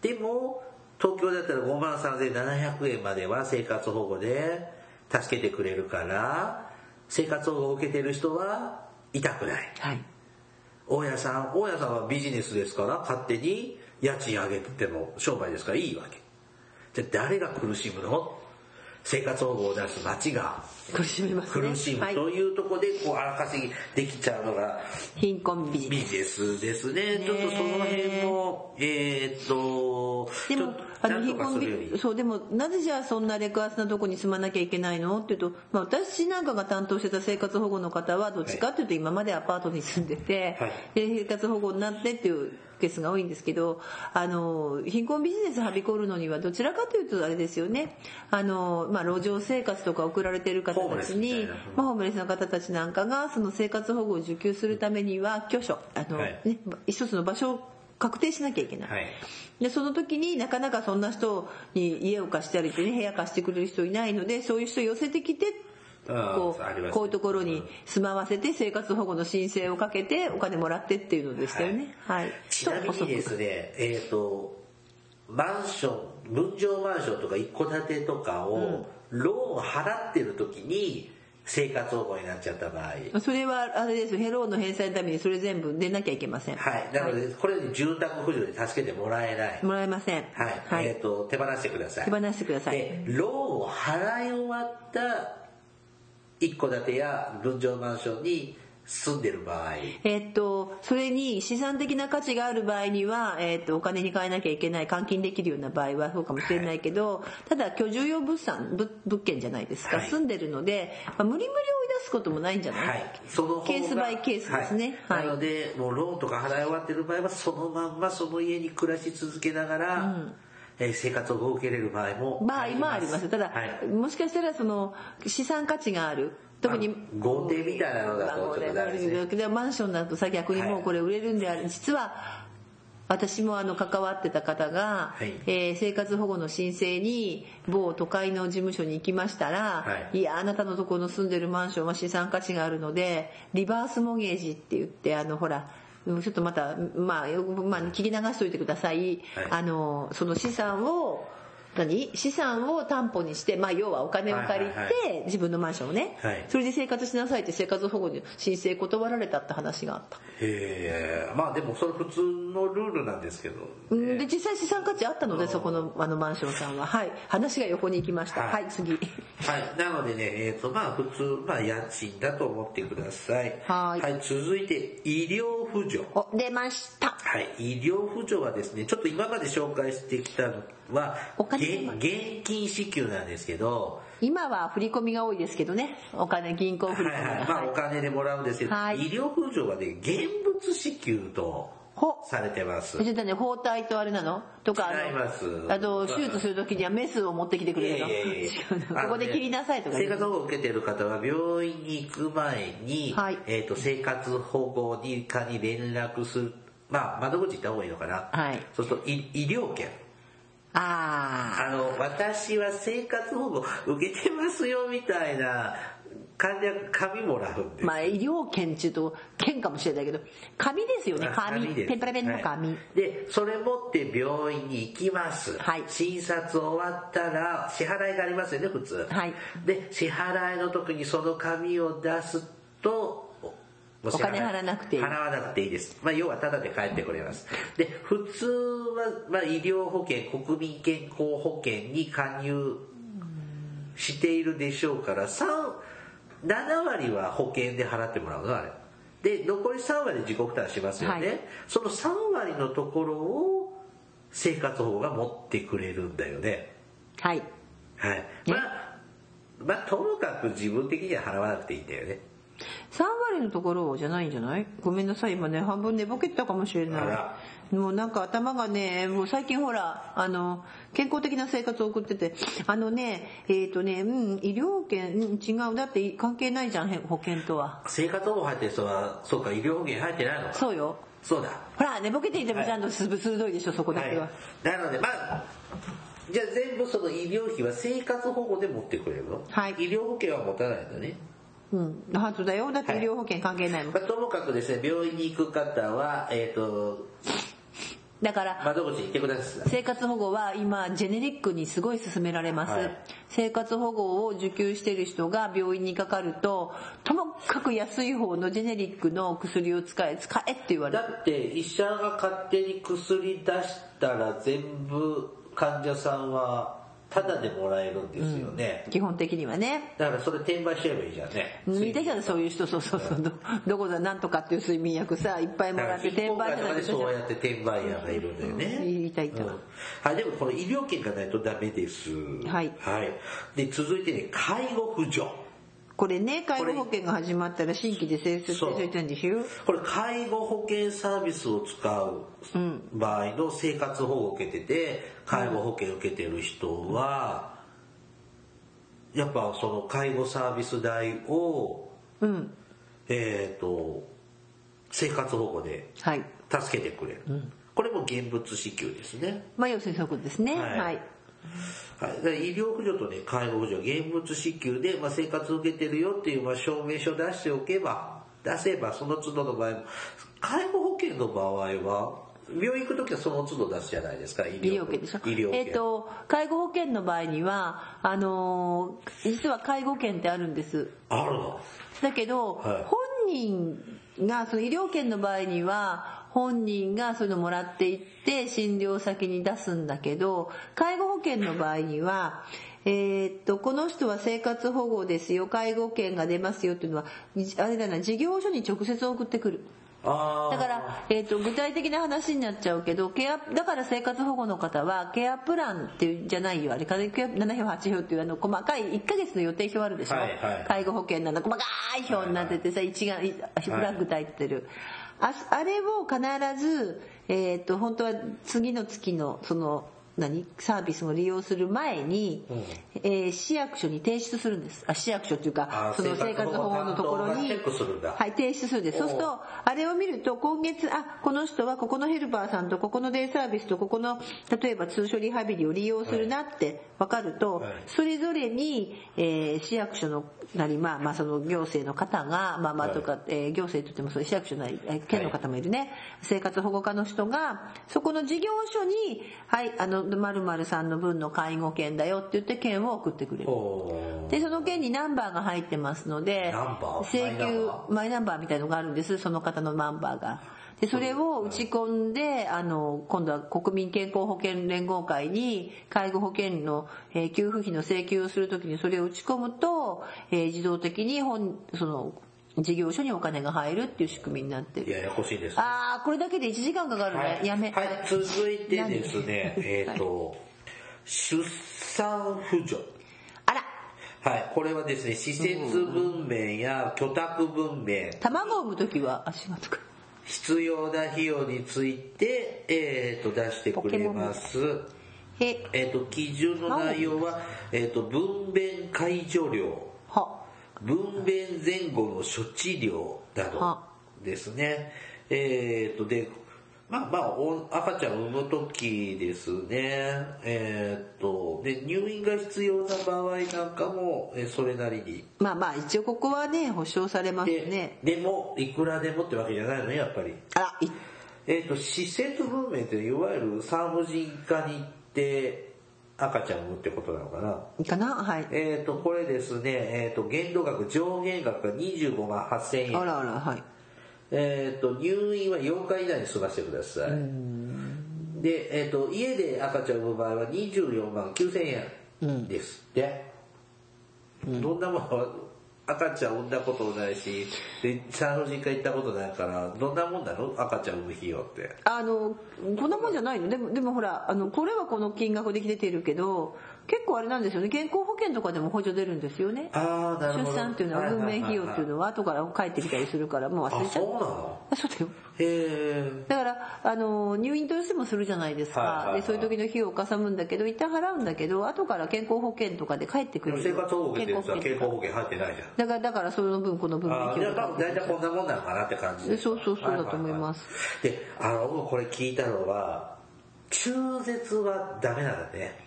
でも東京だったら5万3700円までは生活保護で助けてくれるから生活保護を受けてる人は痛くない
はい
大家さん大家さんはビジネスですから勝手に家賃上げても商売ですからいいわけじゃあ誰が苦しむの生活保護を出す町が
苦しみますね
苦し
は
む
い、
というところでこう荒稼ぎできちゃうのが
貧困ビジネ
ビ
ス
ジネスですね
ね
ちょっとその辺もえー、っと
で
ちょ
も
っと
あ
な
の
んと
貧
か
困
するより
ビそうでもなぜじゃあそんなレクアスなとこに住まなきゃいけないのっていうと、まあ、私なんかが担当してた生活保護の方はどっちかっていうと今までアパートに住んでて、
はい
で生活保護になってっていうケースが多いんですけどあの貧困ビジネスはびこるのにはどちらかというとあれですよねあの、まあ、路上生活とか送られてる方
ホーム
た
レス
ち
みた
に
いなうん
まあホームレスの方たちなんかがその生活保護を受給するためには居所あの、
はい
ね、一つの場所を確定しなきゃいけない。
はい
でその時になかなかそんな人に家を貸したりってね部屋貸してくれる人いないのでそういう人寄せてきて
うん
こ
あります
うこういうところに住まわせて生活保護の申請をかけてお金もらってっていうのでしたよねはい
ちなみ
と
にですね、えっ、と、マンション、分譲マンションとか一戸建てとかを、ローン払ってる時に生活保護になっちゃった場合。
遅くそれはあれですヘローンの返済のためにそれ全部出なきゃいけません
はい。なので、これに住宅扶助で助けてもらえない。
もらえません
はい。えっ、と、手放してください。
手放してください
で、ローンを払い終わった一戸建てや分譲マンションに住んでる場合。
えっと、それに資産的な価値がある場合には、えっと、お金に換えなきゃいけない、換金できるような場合はそうかもしれないけど、ただ居住用物産、物物件じゃないですか、
はい
住んでるので、まあ無理無理追い出すこともないんじゃない、
はい、その方が
ケースバイケースですね
はい
はい
なのでもうローンとか払い終わってる場合はそのまんまその家に暮らし続けながら、えー生活を受けれる場合も
場合もあります。ただ、
はい
もしかしたらその資産価値がある。特に
あ豪邸みたいなのだと
まあ
ちょっとダメですね
豪邸でマンションだとさ逆にも
は
う
い
これ売れるんである、実は私もあの関わってた方が、
はい
えー生活保護の申請に某都会の事務所に行きましたら、、
はい
やあなたのところの住んでるマンションは資産価値があるのでリバースモゲージって言ってあのほらうんちょっとまた、まあ、よくまあ、聞き流しといてください。
はい
あの、その資産を、何資産を担保にして、まあ、要はお金を借り
はいは
て、自分のマンションをね
はい、
それで生活しなさいって生活保護に申請断られたって話があった。
へえまあでもそれ普通のルールなんですけど、
うんで、実際資産価値あったので、そこの、あの、マンションさんは。はい。話が横に行きました。
は
はいい、次。
はい、なのでね、えっとまあ普通、まあ、家賃だと思ってください
はい
続いて医療扶助
お、出ました。
はい、医療扶助はですね、ちょっと今まで紹介してきたのは、
お金
現現金支給なんですけど、
今は振り込みが多いですけどね。お金、銀行
はい
振り
は
込みが。
い、まあお
はい
金でもらうんですけど、
はい
医療扶助はね、現物支給と
ほ
されてます。
ちょっとね、包帯とあれなのとか、
違います
あの、あと、手術するときにはメスを持ってきてく
い
れ
や
る
い
の。
やいや
違う のここで切りなさいとか
生
言う
活保護を受けている方は病院に行く前に、
はい
えっ、と、生活保護に課に連絡する、まあ窓口行った方がいいのかな。
はい
そうすると医医療券。
あ
あの、私は生活保護受けてますよみたいな患者、紙もらうんで
あ。
す。
まあ、医療券っていうと、券かもしれないけど、紙ですよね、紙。
です
ペンプラペンの紙。
はいで、それ持って病院に行きます。
はい
診察終わったら、支払いがありますよね、普通。
はい
で、支払いの時にその紙を出すと、お
お金払わなくていい
払わなくていいです。まあ、要はタダで帰ってくれます。で、普通は、まあ、医療保険、国民健康保険に加入しているでしょうから、3、7割は保険で払ってもらうの、あれ。で、残り3割自己負担しますよね。
はい
その3割のところを生活保護が持ってくれるんだよね。
はい。
はい。まあ、まあ、ともかく自分的には払わなくていいんだよね。
3割のところじゃないんじゃないごめんなさい、今ね、半分寝ぼけてたかもしれ
あ
ない。もうなんか頭がね、もう最近ほら、あの、健康的な生活を送ってて、あのね、えっ、とね、うん、医療券、うん、違う。だって関係ないじゃん、へ保険とは。
生活保護入ってる人は、そうか、医療保険入ってないのか。
そうよ。
そうだ。
ほら、寝ぼけていてもちゃんとすぶ鋭いでしょ、そこだけは。
はいなので、まあ、じゃあ全部その医療費は生活保護で持ってくれるの
はい
医療保険は持たないのね。
うん、ハートだよだって医療保険関係ないもん、
まあ、ともかくですね、病院に行く方は、えっ、と、
だから
窓口に行ってください。
生活保護は今ジェネリックにすごい勧められます、
はい
生活保護を受給している人が病院にかかるとともかく安い方のジェネリックの薬を使え使えって言われ
だ
る
って医者が勝手に薬出したら全部患者さんはタダでもらえるんですよね、
基本的にはね
だからそれ転売しちゃえばいいじゃんね
見たけどそういう人そうそうそうどどこだなんとかっていう睡眠薬さいっぱいも
だからら
って
売
転売じ
と
ゃな
か
く
で
て
そうやって転売屋がいるんだよね、
うんいたいた
うんはい、でもこの医療券がないとダメです
はい
はい、で続いてね介護扶助
これね介護保険が始まったら新規で生成
そう
していたんですよ
これ介護保険サービスを使う場合の生活保護を受けてて介護保険を受けてる人はやっぱその介護サービス代を
うん
えっ、と生活保護で
はい
助けてくれる、これも現物支給ですね、
まあ要するにそういうことですね
はい
はい
はい、だから医療扶助とね介護扶助は現物支給で、まあ、生活を受けてるよっていう、まあ、証明書を出しておけば出せばその都度の場合も介護保険の場合は病院行く時はその都度出すじゃないですか医
医
療
療保険でしょ
医療保険
えっ、と介護保険の場合にはあのー実は介護険ってあるんです
あるの
だけど、
はい
本人がその医療保険の場合には本人がそういうのもらっていって診療先に出すんだけど介護保険の場合には、えーっとこの人は生活保護ですよ介護保険が出ますよっていうのはあれだな事業所に直接送ってくる。
あー
だから、えー、と具体的な話になっちゃうけどケアだから生活保護の方はケアプランっていうじゃないよあれ風邪7票8票っていうあの細かい1ヶ月の予定表あるでしょ、
はいはい
介護保険なの細かい表になっててさ、一眼フラッグ焚いてる、ああれを必ず、えー、と本当は次の月のその何サービスを利用する前に、
うん
えー市役所に提出するんですあ市役所っていう
あー
かその生活保護のところに
生活保護担当がチェックするんだ
はい、提出するんですそうする
お
とあれを見ると今月あこの人はここのヘルパーさんとここのデイサービスとここの例えば通所リハビリを利用するなって分かると、
はい
それぞれに、えー市役所のなり、まあ、まあその行政の方がまあまあとか、えー行政といってもそう市役所なりえー県の方もいるね、生活保護課の人がそこの事業所に「はいあの〇〇さんの分の介護券だよ」って言って券を送ってくれる。
おー
でその件にナンバーが入ってますので
ナンバー
請
マイナン
求
バ
マイナンバーみたいのがあるんですその方のナンバーがでそれを打ち込んであの今度は国民健康保険連合会に介護保険の、えー給付費の請求をするときにそれを打ち込むと、えー自動的に本その事業所にお金が入るっていう仕組みになって
い
る
ややこしいですね
ああこれだけで1時間かかるね、
はい、
やめ、
はい、続いてですね
何
えっと出産扶助
あら
はい、これはですね、施設分娩や居宅分娩、
卵を産む時は足がとか
必要な費用について、えー、と出してくれます。
え
えっ、と、基準の内容は、えっ、と、分娩介助料、
は
分娩前後の処置料など
は
ですね。えっ、と、で、まあまあ、お赤ちゃんを産む時ですね。えっ、と、で、入院が必要な場合なんかも、えーそれなりに
まあまあ一応ここはね保証されます
で
ね
でもいくらでもってわけじゃないのねやっぱり、
あらい
えっと施設文明っていわゆる産婦人科に行って赤ちゃんを産むってことなのかない
いかなはい
えっ、とこれですね、えっと限度額上限額が25万8000
あ
円
らあらはい
えっ、と入院は8日以内に済ませてくださいで、えっと家で赤ちゃんを産む場合は24万9000円ですって、どんなもの赤ちゃん産んだことないしで産婦人科行ったことないからどんなもんなの赤ちゃん産む費用って
あのこんなもんじゃないのでもでもほらあのこれはこの金額で出てるけど結構あれなんですよね健康保険とかでも補助出るんですよね
ああなるほ
出
ど
産っていうのは運命費用っていうのは後から帰ってきたりするからもう忘
あ
れちゃ
そう
う
なの
あそうだよ
へえ
だからあの入院どうしてもするじゃないですか、
はいはいはい
でそういう時の費用をかさむんだけど一旦払うんだけど後から健康保険とかで帰ってく
でも
る
生活保護受けてる人は健
健
康
康保険
保険入ってないじゃん
だからだからその分この分
あ
だ
あ、
け
じゃあ多分大体こんなもんなのかなって感じで。
そうそうそうだと思います
で、あの、僕これ聞いたのは、中絶はダメなんだね。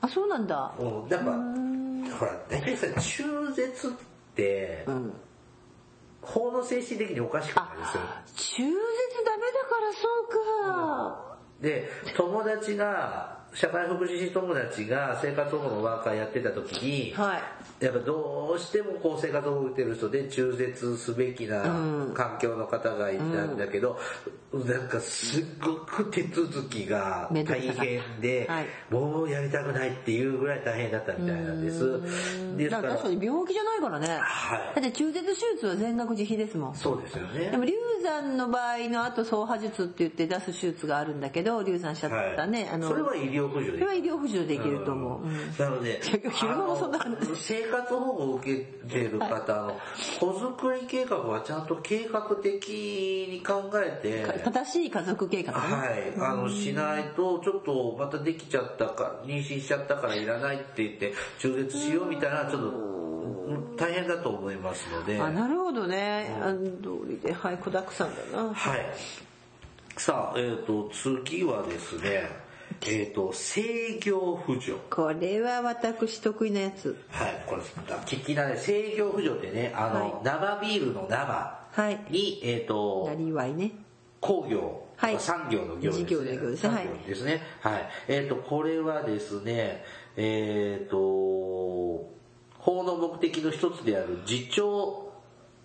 あそうなんだ
うん、だから
うん
ほら大体さ中絶って
うん
法の精神的におかしくないですよ
中絶ダメだからそうか
で友達が社会福祉士友達が生活保護のワーカーやってた時に、
はい
やっぱどうしてもこう生活を受けてる人で中絶すべきな
うん
環境の方がいたんだけど、なんかすっごく手続きが
め
大
んどくさかった
変で、
はい
もうやりたくないっていうぐらい大変だったみたいなんです。です
だ
か
から
ら
確、かに病気じゃないからね
は
だ
い。
って中絶手術は全額自費ですもん
そうですよね
で。も流産の場合の後総破術って言って出す手術があるんだけど流産しちゃったね、あの
それは医療補助
そ
で
れは医療補助できると思う、うん
なの で、
昼間もそんな話
あの生活保護を受けてる方の、子作り計画はちゃんと計画的に考えて、
か正しい家族計画ね、
はい、あの、しないと、ちょっとまたできちゃったか、妊娠しちゃったからいらないって言って、中絶しようみたいな、ちょっとうん大変だと思いますので、
あ
は。
なるほどね、あ道理ではい子だくさんだない
さあ、えっ、と、次はですね、えっ、と、制御不助。
これは私得意なやつ
はい、これ、聞き慣れ、制御不助ってね、あの、
はい
生ビールの生
はい
に、えっ、と
な、りわいね
工業、
はい
産業の業ですね。
事業の業ですね
産
はい
業ですね。はい。えっ、と、これはですね、えっ、と、法の目的の一つである自重、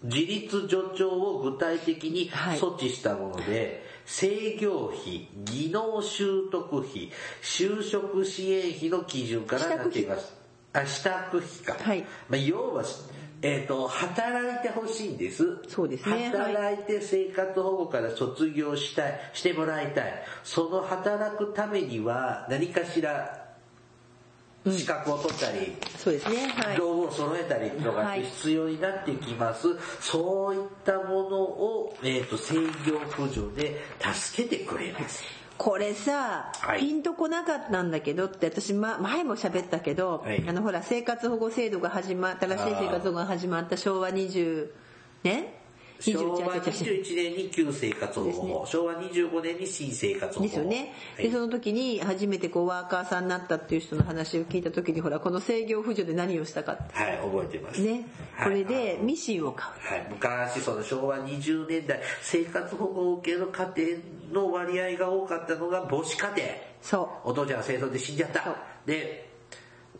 自立助長を具体的に
はい
措置したもので、制御費、技能習得費、就職支援費の基準からなっています。あ、支度費か。
はい
まあ、要は、えっ、と、働いてほしいんです。
そうですねはい
働いて生活保護から卒業したい、してもらいたい。その働くためには何かしら資格を取ったり、
そうですねはい
道具を揃えたりとかって必要になってきます。そういったものを、えっ、と、制御補助で助けてくれます。
これさ、
はい
ピンとこなかったんだけどって私、ま、前も喋ったけど、
はい
あのほら生活保護制度が始まった新しい生活保護が始まった昭和20年
昭和
違う違う違う
21年に旧生活保護法、昭和25年に新生活保護法。
ですよね、
はい
でその時に初めてこうワーカーさんになったっていう人の話を聞いた時にほらこの制御扶助で何をしたかっ
はい、覚えてま
て
す。
ね
はい
これでミシンを買う
はい、昔その昭和20年代生活保護を受ける家庭の割合が多かったのが母子家庭
そう
お父ちゃんが戦争で死んじゃっ
そう
たで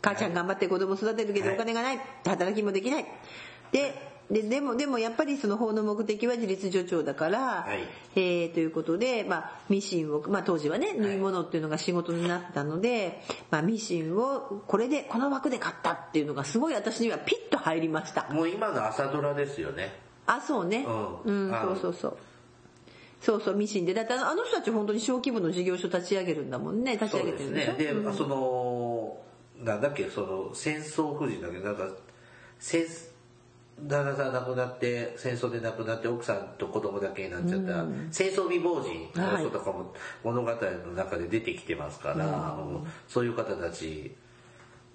母ちゃん頑張って子供育てるけど
はい
お金がない、働きもできないでででもでもやっぱりその法の目的は自立助長だから、
はい
えーということで、まあ、ミシンを、まあ、当時はね縫い物っていうのが仕事になったので、まあ、ミシンをこれでこの枠で買ったっていうのがすごい私にはピッと入りました
もう今の朝ドラですよね
あそうね
う
う、
んんあ
そう
の
そうそうそうそうミシンでだってあのあの人たち本当に小規模の事業所立ち上げるんだもんね立ち
そ
上
う
げ
で
てる
す
んでしょ
ねで、そのなんだっけその戦争婦人だけどなんか戦旦那さん亡くなって戦争で亡くなって奥さんと子供だけになっちゃった、戦争未亡人の人とかも物語の中で出てきてますから、うんそういう方たち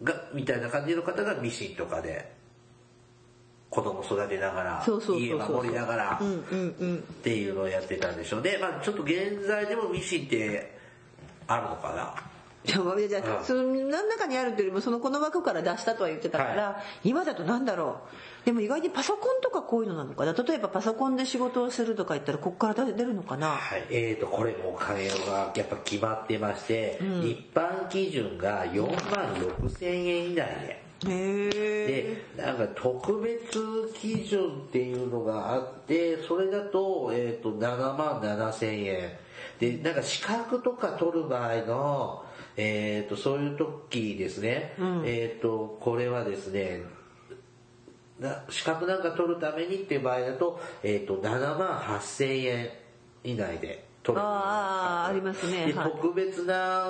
がみたいな感じの方がミシンとかで子供育てながら
そうそうそうそう
家守りながら、
うんうんうん
っていうのをやってたんでしょうね。まあちょっと現在でもミシンってあるのかな。
じゃあじゃあ
うん
その何らかにあるというよりもそのこの枠から出したとは言ってたから、今だと何だろうでも意外にパソコンとかこういうのなのかな例えばパソコンで仕事をするとか言ったらこっから出るのかな
はい。えーと、これもお金がやっぱ決まってまして、一般基準が4万6千円以内で。
へえ
で、なんか特別基準っていうのがあって、それだと、えっ、と、7万7千円。で、なんか資格とか取る場合の、えっ、と、そういう時ですね、えっ、と、これはですね、な資格なんか取るためにっていう場合だと、えっ、と、7万8千円以内で取れる。
あーありますね
で
はい
特別な、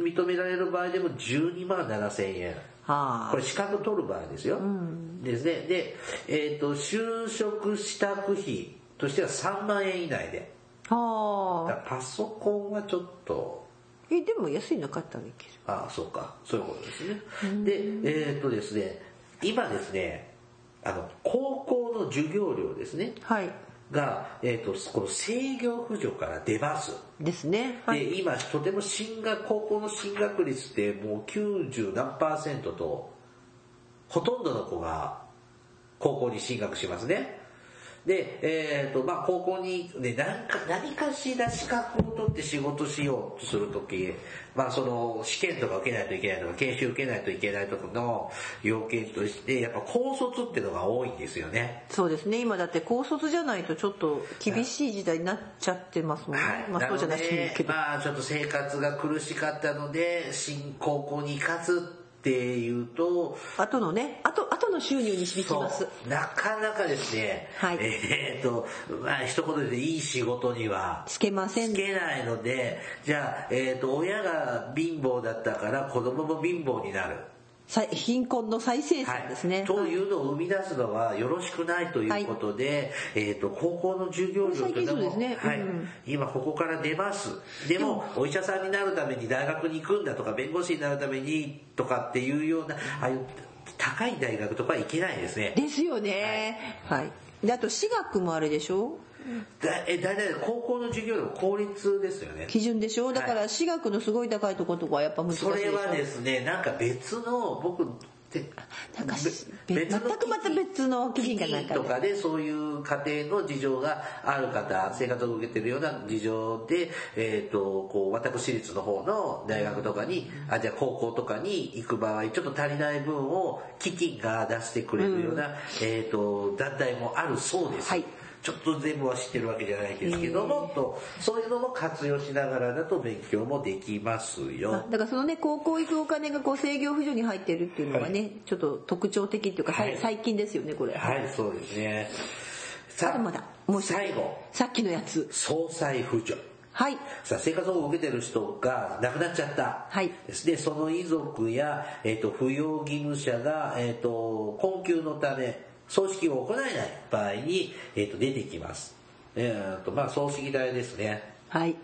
認められる場合でも12万7千円。
は
これ資格取る場合ですよ。ですね。で、えっ、と、就職支度費としては3万円以内で。
あ
だか
はあ
らパソコンはちょっと、
えでも安いの買ったらいける
ああ、そうか。そういうことですね。で、えっ、とですね、今ですね、あの、高校の授業料ですね。
はい
が、えっ、と、この制御扶助から出ます。
ですね。はい。
で、今、とても進学、高校の進学率ってもう90何パーセントと、ほとんどの子が高校に進学しますね。で、えっ、と、まあ高校に、ね、何か、何かしら資格を取って仕事しようとするとき、まあその、試験とか受けないといけないとか、研修受けないといけないとかの要件として、やっぱ高卒ってのが多いんですよね。
そうですね。今だって高卒じゃないとちょっと厳しい時代になっちゃってますもんね。
はい、
まあそうじゃない
なので
けど。
まあちょっと生活が苦しかったので、新高校に行かずっていうと、
後のね、後、後の収入に響きます。
そうなかなかですね、
はい
えーっと、まあ一言でいい仕事には、
つけません
つ。けないので、じゃあ、えーっと、親が貧乏だったから子供も貧乏になる。
さい貧困の再生産ですね。
というのを生み出すのはよろしくないということで、えっ、と、高校の授業料と
最近
で
そうで
も、
すね
はい、
うん
今ここから出ます。でも、お医者さんになるために大学に行くんだとか、弁護士になるためにとかっていうような、ああいう高い大学とか行けないですね。
ですよね。はい。で、あと、私学もあれでしょ
だ、え、だいたい高校の授業料公立ですよね。
基準でしょだから、私学のすごい高いとことかはやっぱ難しい
そ
でし
れ
ょ
はですね、なんか別の、僕って、
なんかし、
べ
別全くまた別の基
基
金がなん
金
か
と
ね
かでそういう家庭の事情がある方、生活を受けてるような事情で、えっ、と、こう、私立の方の大学とかに、あ、じゃあ高校とかに行く場合、ちょっと足りない分を基金が出してくれるような、えっ、と、団体もあるそうです。
はい
ちょっと全部は知ってるわけじゃないですけども、と、そういうのも活用しながらだと勉強もできますよ。
あだからそのね、高校行くお金がこう制御扶助に入ってるっていうのがね、ちょっと特徴的っていうか、さい
はい
最近ですよね、これ。
はい、そうですね。さ
あまだもう一つ
最後、
さっきのやつ。
総裁扶助。
はい。
さあ生活保護を受けてる人が亡くなっちゃった、
はい
ですねその遺族や、えっと扶養義務者が、えっと困窮のため葬式を行えない場合に、えっと出てきます、えっとまあ、葬式代ですね、
はい。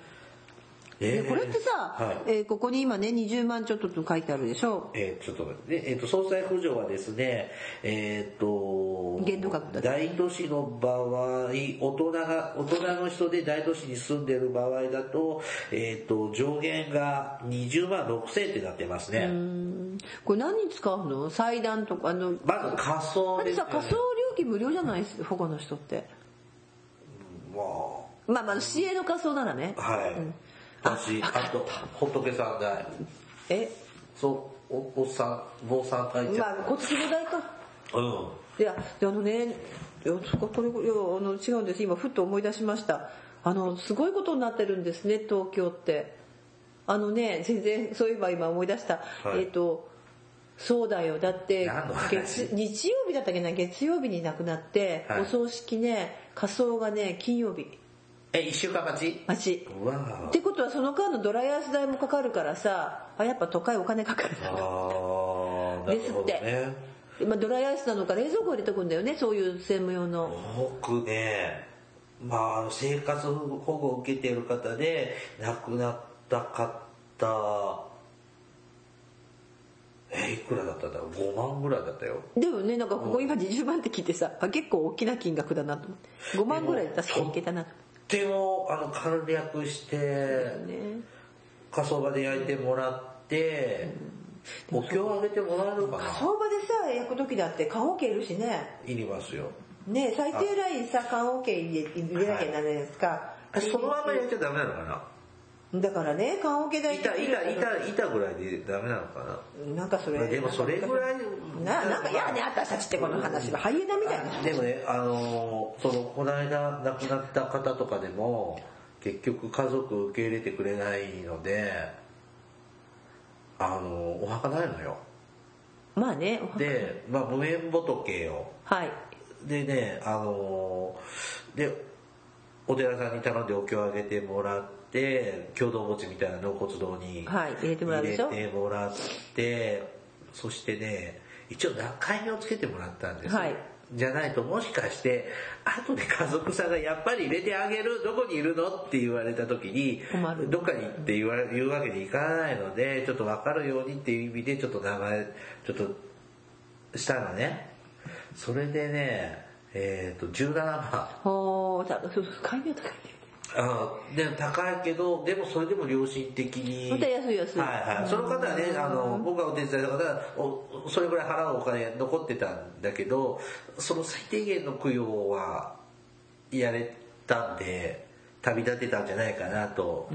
え
で
ー
これってさ、
はい
えーここに今ね、20万ちょっとと書いてあるでしょ。
えーちょっと待ってね、えーと、総裁補助はですね、えっ、と、
限度額だね
大都市の場合、大人が、大人の人で大都市に住んでる場合だと、えっ、と、上限が20万6千ってなってますね。
これ何に使うの祭壇とか、あの、
まず仮
だ
想
って
です
さ、
よね。
仮想料金無料じゃないです、他の人って。
ま
まあまあ、市営の仮想ならね
あ、。はい。私、あと、仏さん代。
え、
そう、お坊さん、坊さん隊長。
まあ、こっちの代か。
うん。
いや、であのね、いや、そここれ、いや、あの、違うんです。今、ふっと思い出しました。あの、すごいことになってるんですね、東京って。あのね、全然、そういえば今思い出した。
はい
えっ、と、そうだよ。だって
何の、話
月、日曜日だったっけな、月曜日に亡くなって、
はい
お葬式ね、仮装がね、金曜日、
え、一週間待ち
待ち。
うわ
っ
ぁ。
てことは、その間のドライアイス代もかかるからさ、あ、やっぱ都会お金かかる
あ
な
ー、なるほど
です
ね。
まあ、ドライアイスなのか冷蔵庫入れとくんだよね、そういう専務用の。
僕ね、まあ、生活保護を受けている方で、亡くなった方、え、いくらだったんだろう ?5 万ぐらいだったよ。
でもねなんかここ今20万って聞いてさあ結構大きな金額だなと思って5万ぐらい確かにいけたなと
でも、あの、簡略して、
思ってね
火葬場で焼いてもらって、お経をあげてもらえるかな
相場でさ焼く時だって棺桶いるしね
いりますよ。
ね最低ラインさ棺桶入れ入れなきゃいけないじゃないですか、
そのまま焼いちゃダメなのかな
だからね棺桶代
板、板、板、板ぐらいでダメなのか
なんかそ
な
れ
でもそれぐらい
ななんか嫌ね私たちってこの話はハイエナみたいな話
でもね、あのーその、この間亡くなった方とかでも、結局家族受け入れてくれないので、あのーお墓ないのよ。
まあね
で、まあ、無縁仏を
はい
でね、あのーで、お寺さんに頼んでお経をあげてもらって、共同墓地みたいな納骨堂に
はい入れてもらうでしょ
入れてもらって、そしてね、一応中目をつけてもらったんです。
はい
じゃないともしかして、後で家族さんがやっぱり入れてあげる、どこにいるのって言われた時に
困、る
どっかに行って言われ言うわけにいかないので、ちょっとわかるようにっていう意味で、ちょっと名前、ちょっとしたのね。それでね、えっ、と、17番。
ほー、だそうそう買い物とか
あでも高いけど、でもそれでも良心的に。
また安い安い
はいはい。その方はね、あの、僕がお手伝いの方は、おそれぐらい払うお金残ってたんだけど、その最低限の供養はやれたんで、旅立てたんじゃないかなと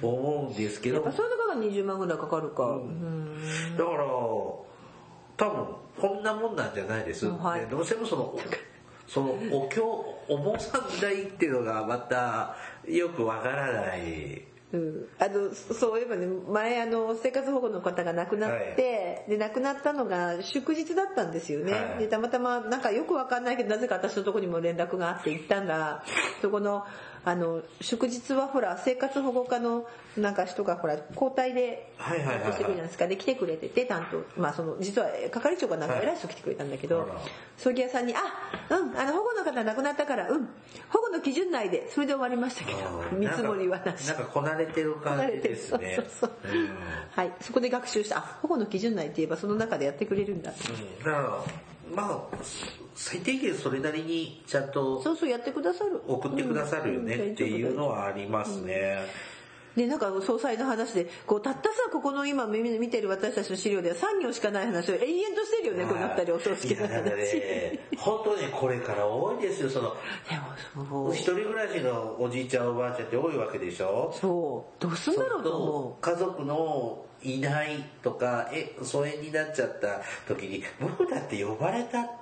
思うんですけど、
やっぱそういうのが20万ぐらいかかるか。うん
だから、多分、こんなもんなんじゃないです。
はい
でどうしてもその、そのお経、お坊さん代っていうのがまたよくわからない。
うん、あのそそういえばね前あの生活保護の方が亡くなって、で亡くなったのが祝日だったんですよね、
はい
でたまたまなんかよくわかんないけどなぜか私のとこにも連絡があって行ったんだそこのあの祝日はほら生活保護課のなんか人がほら交代で
はいはいはいはい
やってくるじゃないですかで来てくれてて担当まあその実は係長がなんか偉い人来てくれたんだけど、
はいあら
葬儀屋さんに「あうんあの保護の方亡くなったからうん保護の基準内でそれで終わりましたけど見積もりはなし」
なんかこなれてる感じですね。
そうそうそう
うん
はい、そこで学習したあ保護の基準内って言えばその中でやってくれるんだ
うんだから、まあ、最低限それなりにちゃんと
そうそうやってくださる
送ってくださるよ
うん
ねっていうのはありますね。
でなんか総裁の話でこうたったさここの今耳見てる私たちの資料では3行しかない話を延々としてるよねこの辺りお葬式の
いやだか
話
らね、本当にこれから多いですよ、その、
でも
一
そう
人暮らしのおじいちゃんおばあちゃんって多いわけでしょ
そうどうすんだろうと思
家族のいないとかえ疎遠になっちゃった時に僕だって呼ばれたって、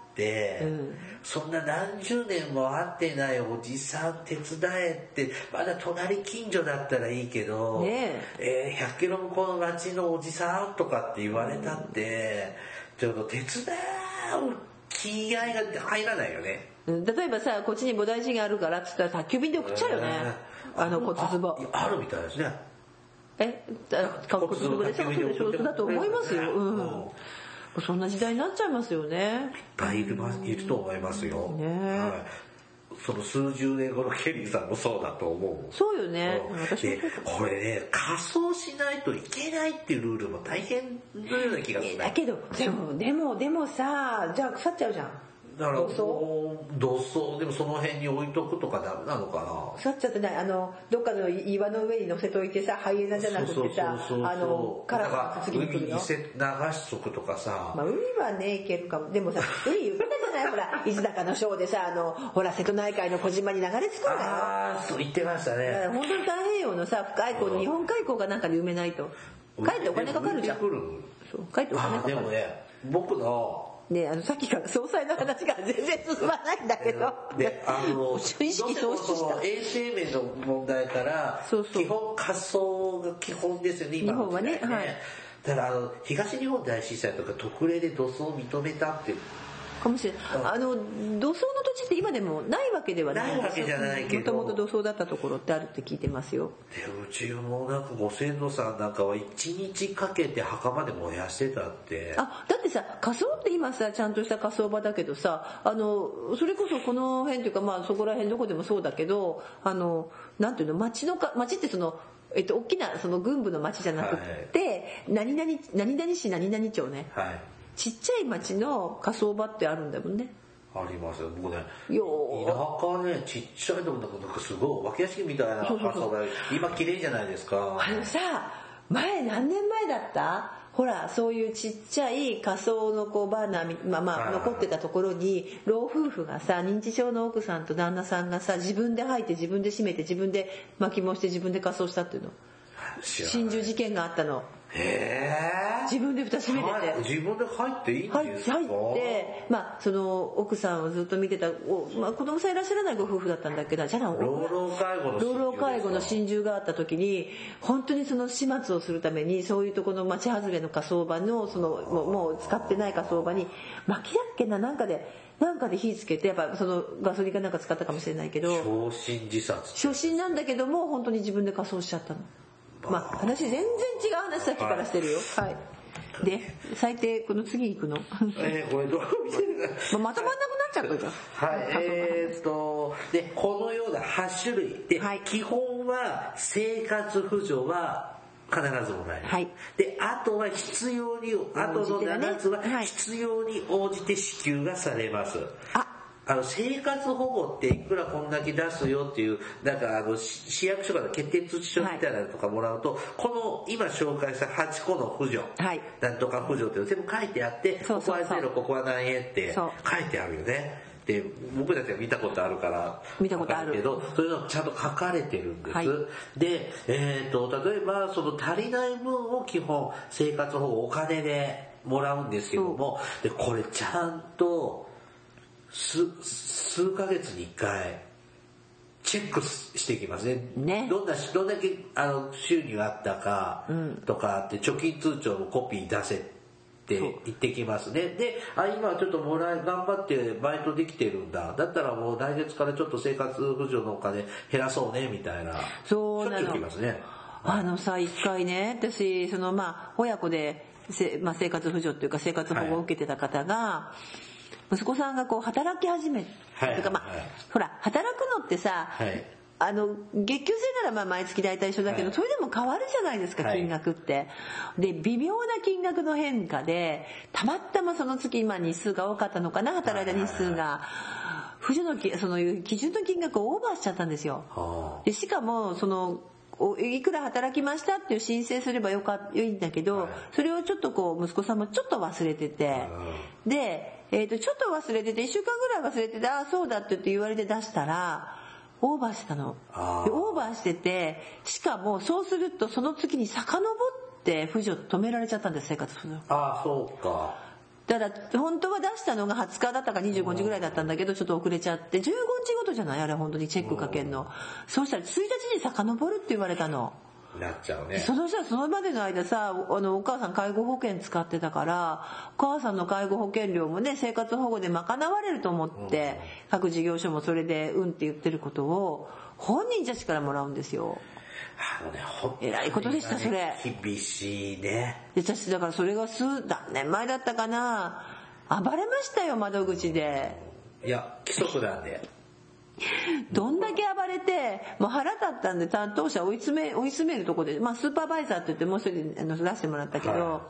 うん
そんな何十年も会ってないおじさん手伝えってまだ隣近所だったらいいけど、
ね
えー100キロ向こうの町のおじさんとかって言われたって、ちょっと手伝う気合が入らないよね。
ううん例えばさこっちに菩提寺があるからっつったら宅急便で送っちゃうよねあの骨壺
ああるみたいですね。
えあ骨壺でさ送る仕事だと思いますようんもうそんな時代になっちゃいますよね
だいぶいると思いますよ。
ね
はい。その数十年後のケリーさんもそうだと思う。
そうよね。
うん
私も
で、これね、仮装しないといけないっていうルールも大変のような気がする
だ
ね。
けど、でも、でも、でもさ、じゃあ腐っちゃうじゃん。
だから、
同窓
もう、土葬、でもその辺に置いとくとかダメなのか
腐っちゃってない。あの、どっかの岩の上に乗せといてさ、ハイエナ
な。
じゃなくてさ、
そうそうそうそう
あの、カ
だ
ラス
か
が
ら
次に来
海
る
に
の。
せ流しとくとかさ。
まあ、海はね、いけるかも。でもさ、海言ってたじゃない ほら、伊豆高のショーでさ、あの、ほら、瀬戸内海の小島に流れ着くのよ。
ああ、そう言ってました
だから
ね。
本当に太平洋のさ、深いこ
うん
の日本海溝かなんかに埋めないと。かえってお金かかるじゃん
浮。いてくる
そう、かえってお
あ
金か
ー
か
で
る
も。ね、僕の、
ねあの、さっきから総裁の話が全然進まないんだけど。
で、あの、
意識
どうしても
喪失
そ
した
の。衛生面の問題から、
そうそう
基本仮想が基本ですよね、今の時代
日本はねはい
ただあの、東日本大震災とか特例で土葬を認めたっていう
かもしれない。あの、土葬の土地って今でもないわけではない。
ないわけじゃないけど
もともと土葬だったところってあるって聞いてますよ。
でうちのなんかご先祖さんなんかは1日かけて墓まで燃やしてたって。
あ、だってさ、仮想って今さ、ちゃんとした仮想場だけどさ、あの、それこそこの辺というか、まあそこら辺どこでもそうだけど、あの、なんていうの、町のか、町ってその、えっと、大きなその軍部の町じゃなくって、何々、何々市何々町ね。
はい。
ちっちゃい町の仮想場ってあるんだもんね。
ありますよ。僕ね、
よー
田舎はね、ちっちゃいとこなんかなんかすごい、脇屋敷みたいな
そうそう
墓
そう
が、今綺麗じゃないですか。
あのさ前何年前だったほらそういうちっちゃい仮想のこうバーナーみまあま
は
あ
い
残ってたところに老夫婦がさ認知症の奥さんと旦那さんがさ自分で吐いて自分で閉めて自分で巻きもして自分で仮装したっていうの
知らない
心中事件があったの
へー
自分で蓋閉めてて
はい自分で入っていいん
入っ
ですか
入って、まあ、その奥さんをずっと見てた、おまあ、子供さんいらっしゃらないご夫婦だったんだけどじゃあな
老老介護の
老老介護の
心
心中があった時に本当にその始末をするためにそういうとこの町外れの火葬場のそのもうもう使ってない火葬場に薪だっけななんかでなんかで火つけてやっぱそのガソリンかなんか使ったかもしれないけど
超心自殺
初心なんだけども本当に自分で火葬しちゃったの。まあ話全然違う話さっきからしてるよ。はい。で最低この次行くの。
えー、これどう見てる
まあまとまんなくなっちゃったじゃん。
かはい
火葬場
えー、っとでこのような8種類で、
はい
基本は生活扶助は必ずもらえる、
はい
であとは必要にあとの
応じてね
7つは
はい
必要に応じて支給がされます、
あ
あの生活保護っていくらこんだけ出すよっていうなんかあのし市役所から決定通知書みたいなのとかもらうと、この今紹介した8個の扶助、
はい
なんとか扶助っていうの全部書いてあって
そうそうそう
ここはゼロここは何円って
そう
書いてあるよねで僕たちは見たことあるから
見たことある
わかけどそういうのちゃんと書かれてるんです、
はい
で、えー、と例えばその足りない分を基本生活保護お金でもらうんですけどもでこれちゃんと数数ヶ月に1回チェックしていきますね
ね
どんなどんだけあの収入あったかとかって貯金通帳のコピー出せって
そう
言ってきますねであ今ちょっともらい頑張ってバイトできてるんだだったらもう来月からちょっと生活扶助のお金減らそうねみたいな
そうな
しょっちゅ
の
う来ますね
あのさ、一回ね、私、そのまあ、親子で、せまあ、生活扶助っていうか生活保護を受けてた方が、息子さんがこう働き始め、
はい
とかまあ、
はい
ほら、働くのってさ、
はい
あの、月給制ならまあ毎月大体一緒だけど、
はい
それでも変わるじゃないですか、
はい
金額って。で、微妙な金額の変化で、たまたまその月、まあ日数が多かったのかな、働いた日数が、扶助のき、その基準の金額をオーバーしちゃったんですよ。
は
でしかもそのおいくら働きましたっていう申請すればよかいいんだけど、
はい
それをちょっとこう息子さんもちょっと忘れてて、で、えー、とちょっと忘れてて1週間ぐらい忘れててああそうだって言って言われて出したらオーバーしてたの
あー
でオーバーしててしかもそうするとその月に遡って扶助止められちゃったんです生活扶助
あああそうか
だから本当は出したのが20日だったか25日ぐらいだったんだけどちょっと遅れちゃって15日ごとじゃないあれ本当にチェックかけんのそうしたら1日に遡るって言われたの
なっちゃうね
その人はそのまでの間さあのお母さん介護保険使ってたからお母さんの介護保険料もね生活保護で賄われると思って各事業所もそれでうんって言ってることを本人たちからもらうんですよ
あのね本当に
えらいことでしたそれ
厳しいね
で私だからそれが数何年前だったかな暴れましたよ窓口で。
いや規則なんで
どんだけ暴れて、もう腹立ったんで担当者追い詰め、追い詰めるとこで、まあスーパーバイザーって言ってもう一人あの出してもらったけど、
はい
ま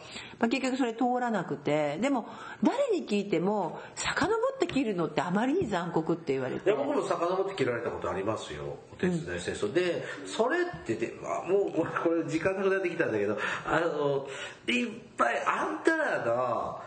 あ結局それ通らなくて、でも誰に聞いても、遡って切るのってあまりに残酷って言われ
い
て
や。僕も遡って切られたことありますよお手伝いしてる人、でそれってで、まあ、もうこれこれ時間なくなってきたんだけどあのいっぱいあんたらの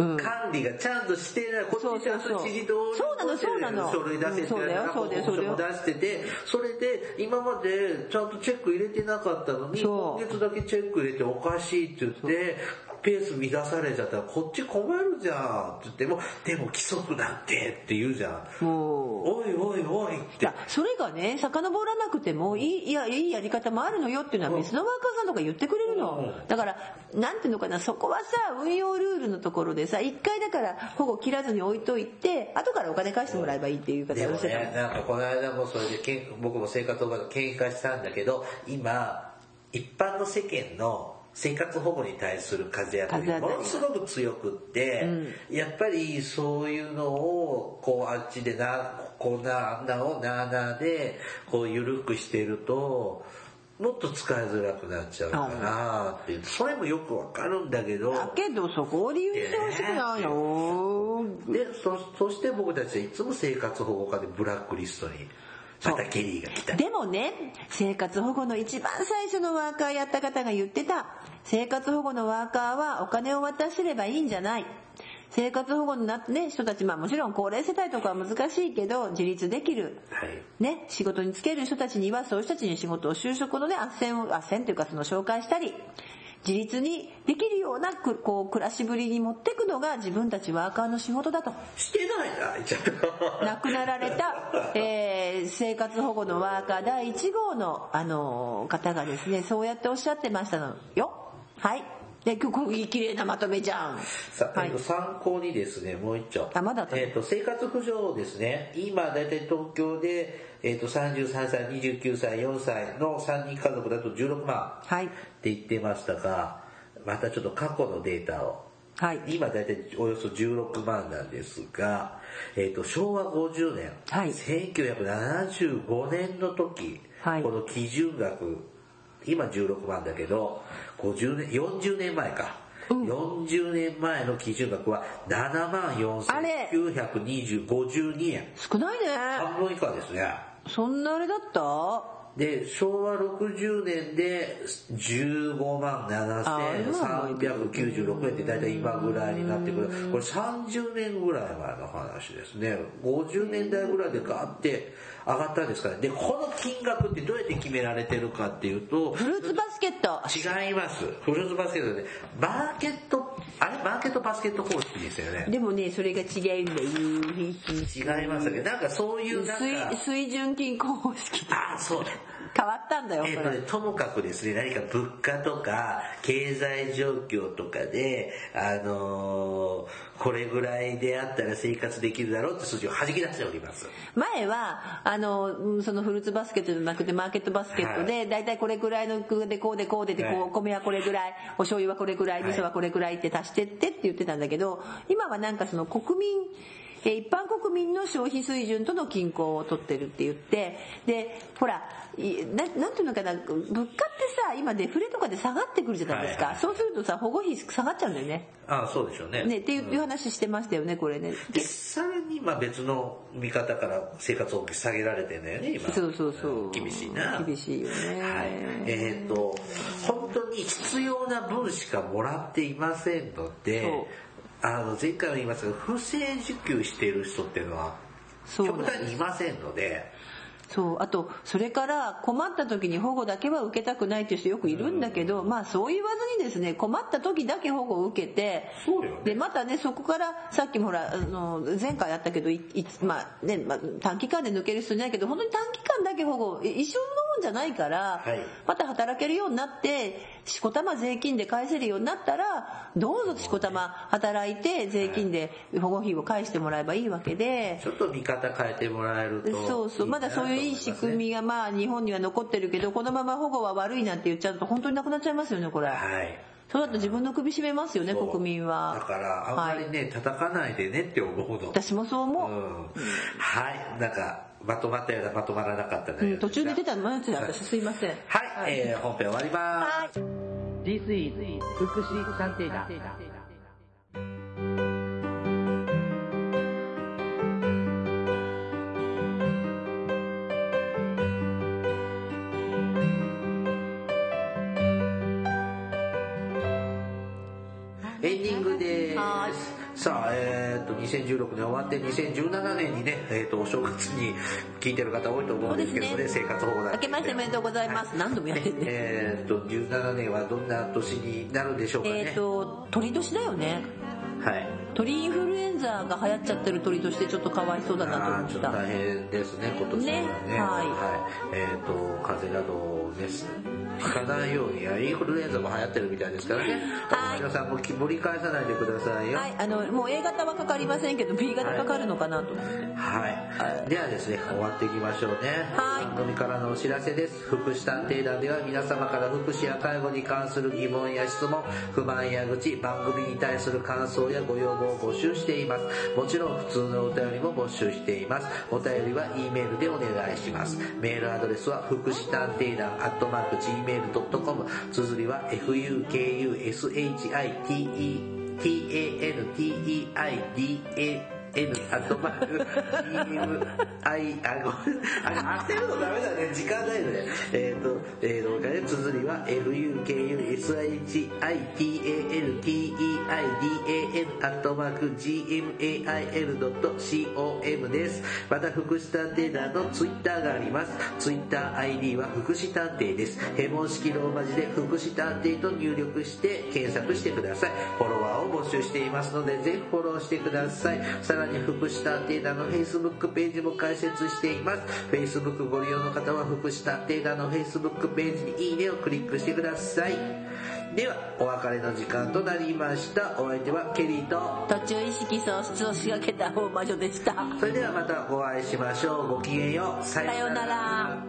管理がちゃんとしてない、こっちちゃんと指示通り
そうなのそうなの
書類出せってやつ
うんそうだよそうだよそうだ
出しててそれで今までちゃんとチェック入れてなかったのに今
そう
月だけチェック入れておかしいって言ってペース乱されちゃったらこっち困るじゃんって言ってもでも規則なんてって言うじゃん
もう。
おいおいおいっ
い
て
やそれがね遡らなくてもいいいやいいやり方もあるのよっていうのは別のワーカーさんとか言ってくれるの
うん
だからなんていうのかなそこはさ運用ルールのところでさ一回だから保護切らずに置いといて後からお金返してもらえばいいっていう言い
で
方を
も
してた
ねなんかこの間もそれでけん僕も生活保護の喧嘩したんだけど今一般の世間の生活保護に対する風当たりが
風当
も
たり
のすごく強くって、やっぱりそういうのをこうあっちでなこんなあんなをなあなあでこう緩くしてるともっと使いづらくなっちゃうかなっていうそれもよくわかるんだけど
だけどそこを理由にしてほしくないよ
でそそして僕たちはいつも生活保護課でブラックリストにまたケリーが来た
でもね生活保護の一番最初のワーカーやった方が言ってた生活保護のワーカーはお金を渡せればいいんじゃない生活保護になってね人たちまあもちろん高齢世帯とかは難しいけど自立できる
はい
ね、仕事に就ける人たちにはそういう人たちに仕事を就職のね、斡旋を、斡旋というかその紹介したり、自立にできるようなくこう暮らしぶりに持っていくのが自分たちワーカーの仕事だと。
してないなあいちゃん
亡くなられた、えー生活保護のワーカー第1号の、あのー方がですね、そうやっておっしゃってましたのよ。はい。で、ここ、綺麗なまとめじゃん。
さあ
は
え
い
っと参考にですねもう一丁
あまだだ
えっと生活扶助をですね今大体東京で、えっと33歳29歳4歳の3人家族だと16万
はい。
って言ってましたがまたちょっと過去のデータを
はい。
今大体およそ16万なんですが、えっと昭和50年、
はい
1975年の時、
はい
この基準額今16万だけど50年40年前か
うん
40年前の基準額は7万
あれ
4952円。
少ないね
半分以下ですね。
そんなあれだった
で、昭和60年で15万7396円って大体今ぐらいになってくる。これ30年ぐらい前の話ですね。50年代ぐらいでガーって上がったんですから。で、この金額ってどうやって決められてるかっていうと、
フルーツバスケット
違います。フルーツバスケットで、マーケット、あれマーケットバスケット方式ですよね。
でもねそれが違うんだ
違
よ
いましたけど、なんかそういうなん
水
か、
水準均衡方式
あ、そう。
変わったんだよ
えっ
ことれ
ね、ともかくですね、何か物価とか、経済状況とかで、あのーこれぐらいであったら生活できるだろうって数字を弾き出しております。
前はあのうんそのフルーツバスケットじゃなくてマーケットバスケットで大体これぐらいのでこうでこうでって
はい
こうお米はこれぐらいお醤油はこれぐらい
はい
味噌はこれぐらいって足してってって言ってたんだけど今はなんかその国民えー一般国民の消費水準との均衡を取ってるって言ってでほらいななんていうのかな物価ってさ今デフレとかで下がってくるじゃないですか、
はいはい
そうするとさ保護費下がっちゃうんだよね
あそうでしょうね。
ねっていういう話してましたよねこれね
で、さらに、まあ別の見方から生活を下げられてるんだよね、今。
そうそうそ
ん
う
厳しいな。
厳しいよね
はい、えっ、と本当に必要な分しかもらっていませんのであの前回も言いましたが不正受給している人っていうのは
そうなん
極
です
端にいませんので
そうあとそれから困った時に保護だけは受けたくないっていう人よくいるんだけど、まあそう言わずにですね困った時だけ保護を受けて
そうよね
でまたねそこからさっきもほらあの前回あったけどいいまあねまあ、短期間で抜ける人いないけど本当に短期間だけ保護い一生のもんじゃないから、
はい
また働けるようになってしこたま税金で返せるようになったらどうぞしこたま働いて税金で保護費を返してもらえばいいわけで。
ちょっと見方変えてもらえると
そうそうまだそういういい仕組みがまあ日本には残ってるけどこのまま保護は悪いなんて言っちゃうと本当になくなっちゃいますよねこれ
みはい
そうだと自分の首絞めますよね
そう
国
だ
民は
からあんまりね、叩かないでねって思うの
私もそう
う
思
んはいなんかまとまったようなまとまらなかった
う、う
ね、
ん、途中で出たの迷ってた
はい
私すいません
はい、えー、本編終わります
はい
This is 福祉探偵団。
エンディングで
は
す。さあ、えっ、と、2016年終わって、2017年にね、えっ、と、お正月に聞いてる方多いと思うんですけどね、
そうです
生活保護だ
明けましておめでとうございます、何度もやってんね
えっ、と、17年はどんな年になるんでしょうかね。
えっ、と鳥年だよね
はい。
鳥インフルエンザが流行っちゃってる鳥としてちょっとかわいそうだ
あ
な
ーち
と
ょっと
思った
大変ですね、今年はね。
ねは
い
い
えっ、と、風邪などをね、ひかないように、インフルエンザも流行ってるみたいですからね。
はい
皆さんも盛り返さないでくださいよ。
はいあのもう A 型はかかりませんけど B 型かかるのかなと思って、
はい。ではですね、終わっていきましょうね。
はい
番組からのお知らせです。福祉探偵団では皆様から福祉や介護に関する疑問や質問、不満や愚痴、番組に対する感想やご要望を募集しています。もちろん普通のお便りも募集しています。お便りは E メールでお願いします。メールアドレスは福祉探偵団アットマーク Gmail.com。綴りは fukushite tanteida アットマーク EMI あごめんあ焦るのダメだね時間ないのねえっ、とえーとお金綴りは LUKUSIHITANTEIDAN アットマーク GMAIL.com ですまた福祉探偵団のツイッターがありますツイッター ID は福祉探偵ですヘモン式ローマ字で福祉探偵と入力して検索してくださいフォロワーを募集していますのでぜひフォローしてくださいさらに福祉探偵団の Facebook ページも開設しています Facebook ご利用の方は福祉探偵団の Facebook ページにいいねをクリックしてくださいではお別れの時間となりましたお相手はケリーと
途中意識喪失を仕掛けた大魔女でした
それではまたお会いしましょうごきげんようさ
さようなら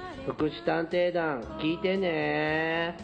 福祉探偵団聞いてね